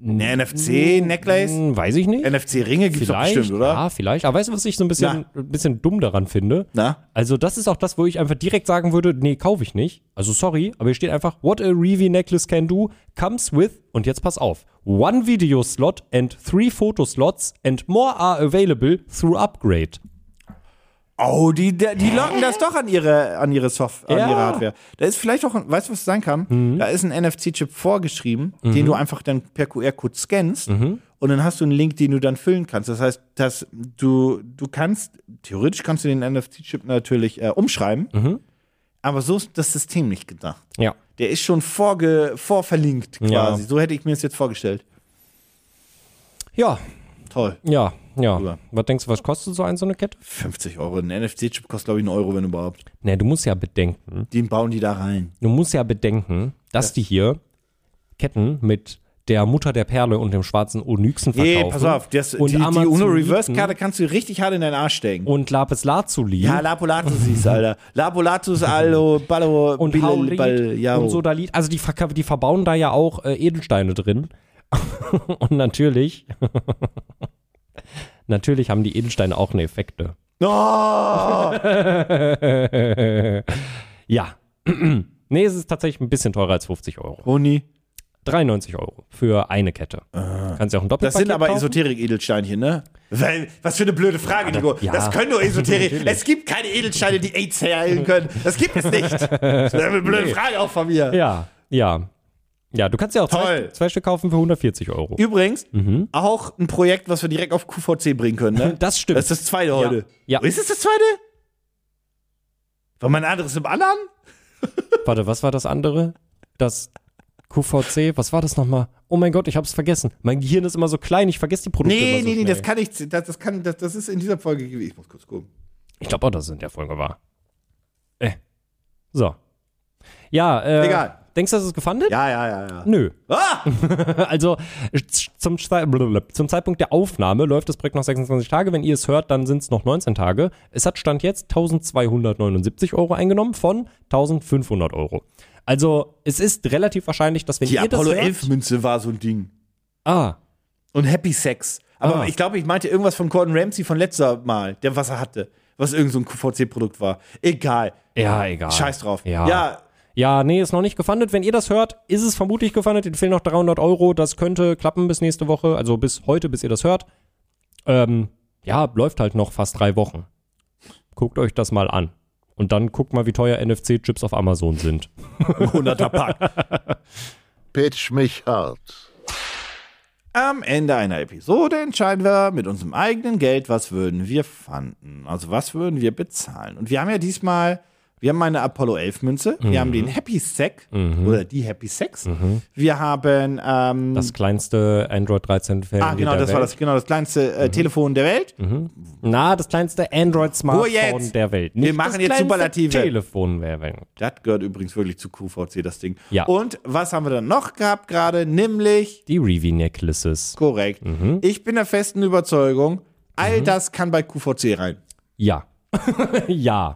S2: Eine NFC-Necklace?
S3: hm, weiß ich nicht.
S2: NFC-Ringe gibt es doch
S3: vielleicht,
S2: bestimmt, oder?
S3: ja, vielleicht. Aber weißt du, was ich so ein bisschen, ein bisschen dumm daran finde?
S2: Na?
S3: Also das ist auch das, wo ich einfach direkt sagen würde, nee, kaufe ich nicht. Also sorry, aber hier steht einfach, what a Revi Necklace can do comes with, und jetzt pass auf, one Video Slot and three Photo Slots and more are available through upgrade.
S2: Oh, die, der- die locken das doch an ihre, an ihre Soft, an
S3: Ja.
S2: ihre Hardware. Da ist vielleicht auch, ein- weißt du, was es sein kann? Da ist ein NFC-Chip vorgeschrieben, den du einfach dann per QR-Code scannst und dann hast du einen Link, den du dann füllen kannst. Das heißt, dass du, du kannst, theoretisch kannst du den NFC-Chip natürlich äh, umschreiben, aber so ist das System nicht gedacht.
S3: Ja.
S2: Der ist schon vorge, vorverlinkt quasi. So hätte ich mir es jetzt vorgestellt.
S3: Ja,
S2: Toll.
S3: Ja, ja.
S2: Oder?
S3: Was denkst du, was kostet so ein so eine Kette?
S2: 50 Euro. Ein NFC-Chip kostet, glaube ich, einen Euro, wenn überhaupt.
S3: Nee, du musst ja bedenken.
S2: Den bauen die da rein.
S3: Du musst ja bedenken, dass die hier Ketten mit der Mutter der Perle und dem schwarzen Onyxen verkaufen.
S2: Nee, pass auf, das,
S3: und
S2: die, die
S3: Amazoniten
S2: UNO-Reverse-Karte kannst du richtig hart in deinen Arsch stecken.
S3: und Lapis Lazuli
S2: ja, Lapolatus hieß, Alter. Lapolatus, Allo, Ballo,
S3: und
S2: Bille, oh.
S3: Haulit
S2: Ball, Jao.
S3: und Sodalit. Also die, verka- die verbauen da ja auch äh, Edelsteine drin. und natürlich, natürlich haben die Edelsteine auch eine Effekte.
S2: Oh!
S3: Ja. nee, es ist tatsächlich ein bisschen teurer als 50 Euro.
S2: Honi.
S3: 93 Euro für eine Kette. Kannst ja auch ein Doppelpaket
S2: Ah. Das sind aber
S3: kaufen.
S2: Esoterik-Edelsteinchen, ne? Weil, was für eine blöde Frage, Nico.
S3: ja.
S2: Das können nur Esoterik. es gibt keine Edelsteine, die AIDS heilen können. Das gibt es nicht. Das ist eine blöde Frage auch von mir.
S3: Ja, ja. Ja, du kannst ja auch zwei,
S2: Toll.
S3: zwei Stück kaufen für 140 Euro.
S2: Übrigens,
S3: Mhm.
S2: auch ein Projekt, was wir direkt auf QVC bringen können, ne?
S3: Das stimmt.
S2: Das ist das zweite heute.
S3: Ja.
S2: Ist es das zweite? War mein anderes im anderen?
S3: Warte, was war das andere? Das QVC, was war das nochmal? Oh mein Gott, ich hab's vergessen. Mein Gehirn ist immer so klein, ich vergesse die Produkte immer
S2: Nee,
S3: so
S2: nee, nee,
S3: schnell.
S2: das kann ich, das, das kann, das, das ist in dieser Folge gewesen. Ich muss kurz gucken.
S3: Ich glaube auch, dass es in der Folge war. Äh. So. Ja, äh,
S2: Egal.
S3: Denkst du, dass es gefandet?
S2: Ja, ja, ja, ja.
S3: Nö.
S2: Ah!
S3: Also z- zum, Zei- blablabla. zum Zeitpunkt der Aufnahme läuft das Projekt noch 26 Tage. Wenn ihr es hört, dann sind es noch 19 Tage. Es hat Stand jetzt 1279 Euro eingenommen von 1500 Euro. Also es ist relativ wahrscheinlich, dass wenn
S2: Die
S3: ihr das
S2: Apollo
S3: hört,
S2: 11 Münze war so ein Ding.
S3: Ah,
S2: Und Happy Sex. Aber
S3: Ah.
S2: ich glaube, ich meinte irgendwas von Gordon Ramsay von letzter Mal, der was er hatte. Was irgend so ein QVC-Produkt war. Egal.
S3: ja, egal.
S2: Scheiß drauf.
S3: Ja. ja.
S2: ja.
S3: nee, ist noch nicht gefundet. Wenn ihr das hört, ist es vermutlich gefundet. Ihnen fehlen noch 300 Euro. Das könnte klappen bis nächste Woche. Also bis heute, bis ihr das hört. Ähm, ja, läuft halt noch fast drei Wochen. Guckt euch das mal an. Und dann guckt mal, wie teuer NFC-Chips auf Amazon sind.
S2: 100er Pack.
S1: Pitch mich hart.
S2: Am Ende einer Episode entscheiden wir mit unserem eigenen Geld, was würden wir fanden. Also was würden wir bezahlen. Und wir haben ja diesmal, wir haben eine Apollo 11 Münze, wir
S3: Mhm.
S2: haben den Happy Sack oder die Happy Sacks. Wir haben ähm,
S3: Das kleinste Android 13 Handy
S2: ah, genau,
S3: der
S2: das war
S3: Welt. Mhm.
S2: das, genau, das kleinste äh, Telefon der Welt.
S3: Na, das kleinste
S2: Ruhe
S3: Android-Smartphone
S2: Oh, jetzt!
S3: der Welt.
S2: Wir machen
S3: das
S2: jetzt
S3: kleinste
S2: Superlative.
S3: Telefon der Welt.
S2: Das gehört übrigens wirklich zu QVC, das Ding.
S3: Ja.
S2: Und was haben wir dann noch gehabt gerade? Nämlich,
S3: Die Revi-Necklaces.
S2: korrekt,
S3: Mhm.
S2: ich bin der festen Überzeugung, all das kann bei QVC rein.
S3: Ja. ja.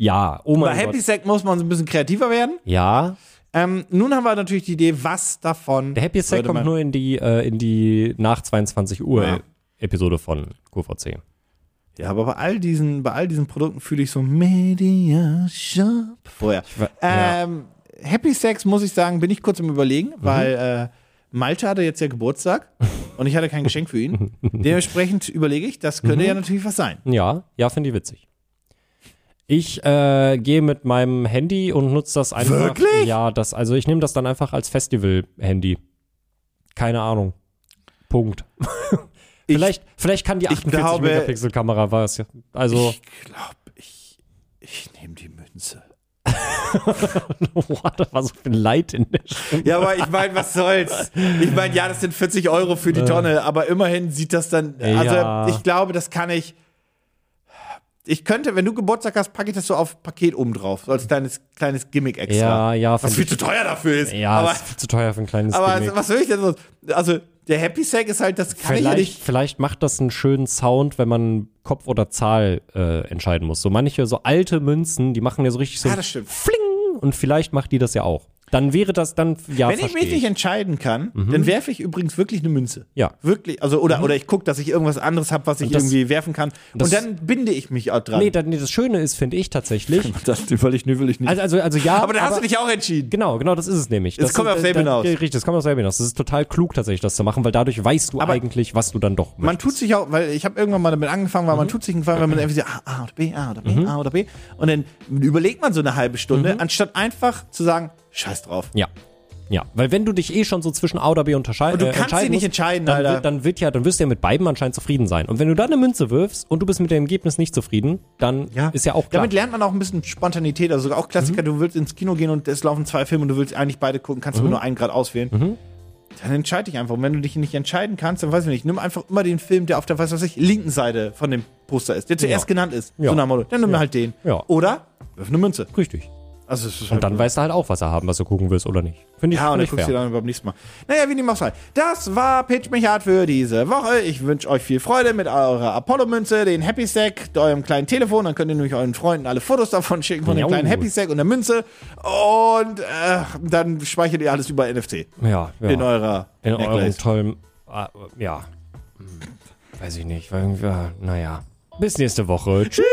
S3: Ja. Oh
S2: Bei
S3: mein Gott.
S2: Happy Sack muss man so ein bisschen kreativer werden.
S3: Ja.
S2: Ähm, nun haben wir natürlich die Idee, was davon.
S3: Der Happy Sack
S2: würde man-
S3: kommt nur in die, äh, in die nach 22 Uhr
S2: Ja.
S3: Episode von QVC.
S2: Ja, aber bei all diesen, bei all diesen Produkten fühle ich so Media Shop vorher.
S3: wa- ja.
S2: Ähm,
S3: Mhm.
S2: Happy Sex, muss ich sagen, bin ich kurz im Überlegen, weil äh, Malte hatte jetzt ja Geburtstag und ich hatte kein Geschenk für ihn. Dementsprechend überlege ich, das
S3: Mhm.
S2: könnte ja natürlich was sein.
S3: Ja, ja, finde ich witzig. Ich äh, gehe mit meinem Handy und nutze das einfach.
S2: Wirklich?
S3: Ja, das, also ich nehme das dann einfach als Festival-Handy. Keine Ahnung. Punkt. vielleicht, vielleicht kann die 48
S2: glaube-
S3: Megapixel Kamera was. Also
S2: Ich glaube, ich, ich nehme die Münze.
S3: what, das war so viel Leid in der
S2: Ja, aber ich meine, was soll's? Ich meine, ja, das sind 40 Euro für die Tonne, aber immerhin sieht das dann. Also,
S3: Äh. Ja.
S2: ich glaube, das kann ich. Ich könnte, wenn du Geburtstag hast, packe ich das so auf Paket oben drauf, so als kleines, kleines Gimmick extra.
S3: Ja, ja,
S2: Was
S3: find
S2: viel
S3: ich-
S2: zu teuer dafür ist.
S3: Ja,
S2: aber
S3: ist viel zu teuer für ein kleines
S2: aber
S3: Gimmick.
S2: was will ich denn sonst? Also, der Happy Sack ist halt, das kann ich ja
S3: Vielleicht,
S2: nicht.
S3: vielleicht macht das einen schönen Sound, wenn man Kopf oder Zahl äh, entscheiden muss. So manche, so alte Münzen, die machen ja so richtig so
S2: Ja, Ah, das stimmt.
S3: Fling und vielleicht macht die das ja auch. Dann wäre das dann, ja,
S2: Wenn ich
S3: verstehe
S2: mich nicht entscheiden kann, dann werfe ich übrigens wirklich eine Münze.
S3: Mhm. Ja. Mhm.
S2: Wirklich, also, oder, oder ich gucke, dass ich irgendwas anderes habe, was ich
S3: das-
S2: irgendwie werfen kann.
S3: das-
S2: Und dann binde ich mich auch dran.
S3: Nee, das, nee, das Schöne ist, finde ich tatsächlich,
S2: Genau, das völlig nüffelig nicht.
S3: also, also, also ja,
S2: aber dann hast du dich auch entschieden.
S3: Genau, genau, das ist es nämlich.
S2: Es
S3: Das-
S2: kommt auf
S3: äh,
S2: selben
S3: da-
S2: hinaus.
S3: Richtig, das kommt auf selben hinaus. Das ist total klug tatsächlich, das zu machen, weil dadurch weißt du
S2: Aber-
S3: eigentlich, was du dann doch
S2: Man tut sich auch, weil ich habe irgendwann mal damit angefangen, weil man tut sich einen Gefallen, weil man irgendwie so A, A oder B, A oder B, A oder B. Und dann überlegt man so eine halbe Stunde, anstatt einfach zu sagen, scheiß drauf.
S3: Ja. Ja, weil wenn du dich eh schon so zwischen A oder B unterscheidest.
S2: Und du kannst
S3: entscheiden
S2: dich nicht
S3: musst,
S2: entscheiden,
S3: dann
S2: Alter.
S3: Wird, dann wird ja, dann wirst du ja mit beiden anscheinend zufrieden sein. Und wenn du dann eine Münze wirfst und du bist mit dem Ergebnis nicht zufrieden, dann ist ja auch klar.
S2: Damit lernt man auch ein bisschen Spontanität. Also auch Klassiker, du willst ins Kino gehen und es laufen zwei Filme und du willst eigentlich beide gucken, kannst aber nur einen gerade auswählen. Dann entscheide dich einfach. Und wenn du dich nicht entscheiden kannst, dann weiß ich nicht, nimm einfach immer den Film, der auf der, weiß was ich, linken Seite von dem Poster ist, der zuerst
S3: Ja.
S2: genannt ist.
S3: Ja.
S2: So nach dem Motto. Dann nimm halt den.
S3: Ja.
S2: Oder wirf eine Münze.
S3: Richtig.
S2: Also es ist
S3: Und dann weißt du halt auch, was er haben, was du gucken willst oder nicht. Finde ich,
S2: Ja, und
S3: finde
S2: dann
S3: ich
S2: guckst du
S3: fair.
S2: dir dann beim nächsten Mal. Naja, wie dem auch sei. Das war Pitch mich hart für diese Woche. Ich wünsche euch viel Freude mit eurer Apollo-Münze, den Happy Sack, eurem kleinen Telefon. Dann könnt ihr nämlich euren Freunden alle Fotos davon schicken von
S3: Jau.
S2: dem kleinen Happy Sack und der Münze. Und äh, dann speichert ihr alles über NFC
S3: Ja, ja.
S2: in eurer
S3: In eurem
S2: Necklace.
S3: tollen. Ah, ja. Hm. Weiß ich nicht. weil irgendwie- ah, Naja. Bis äh, nächste Woche. Tschüss.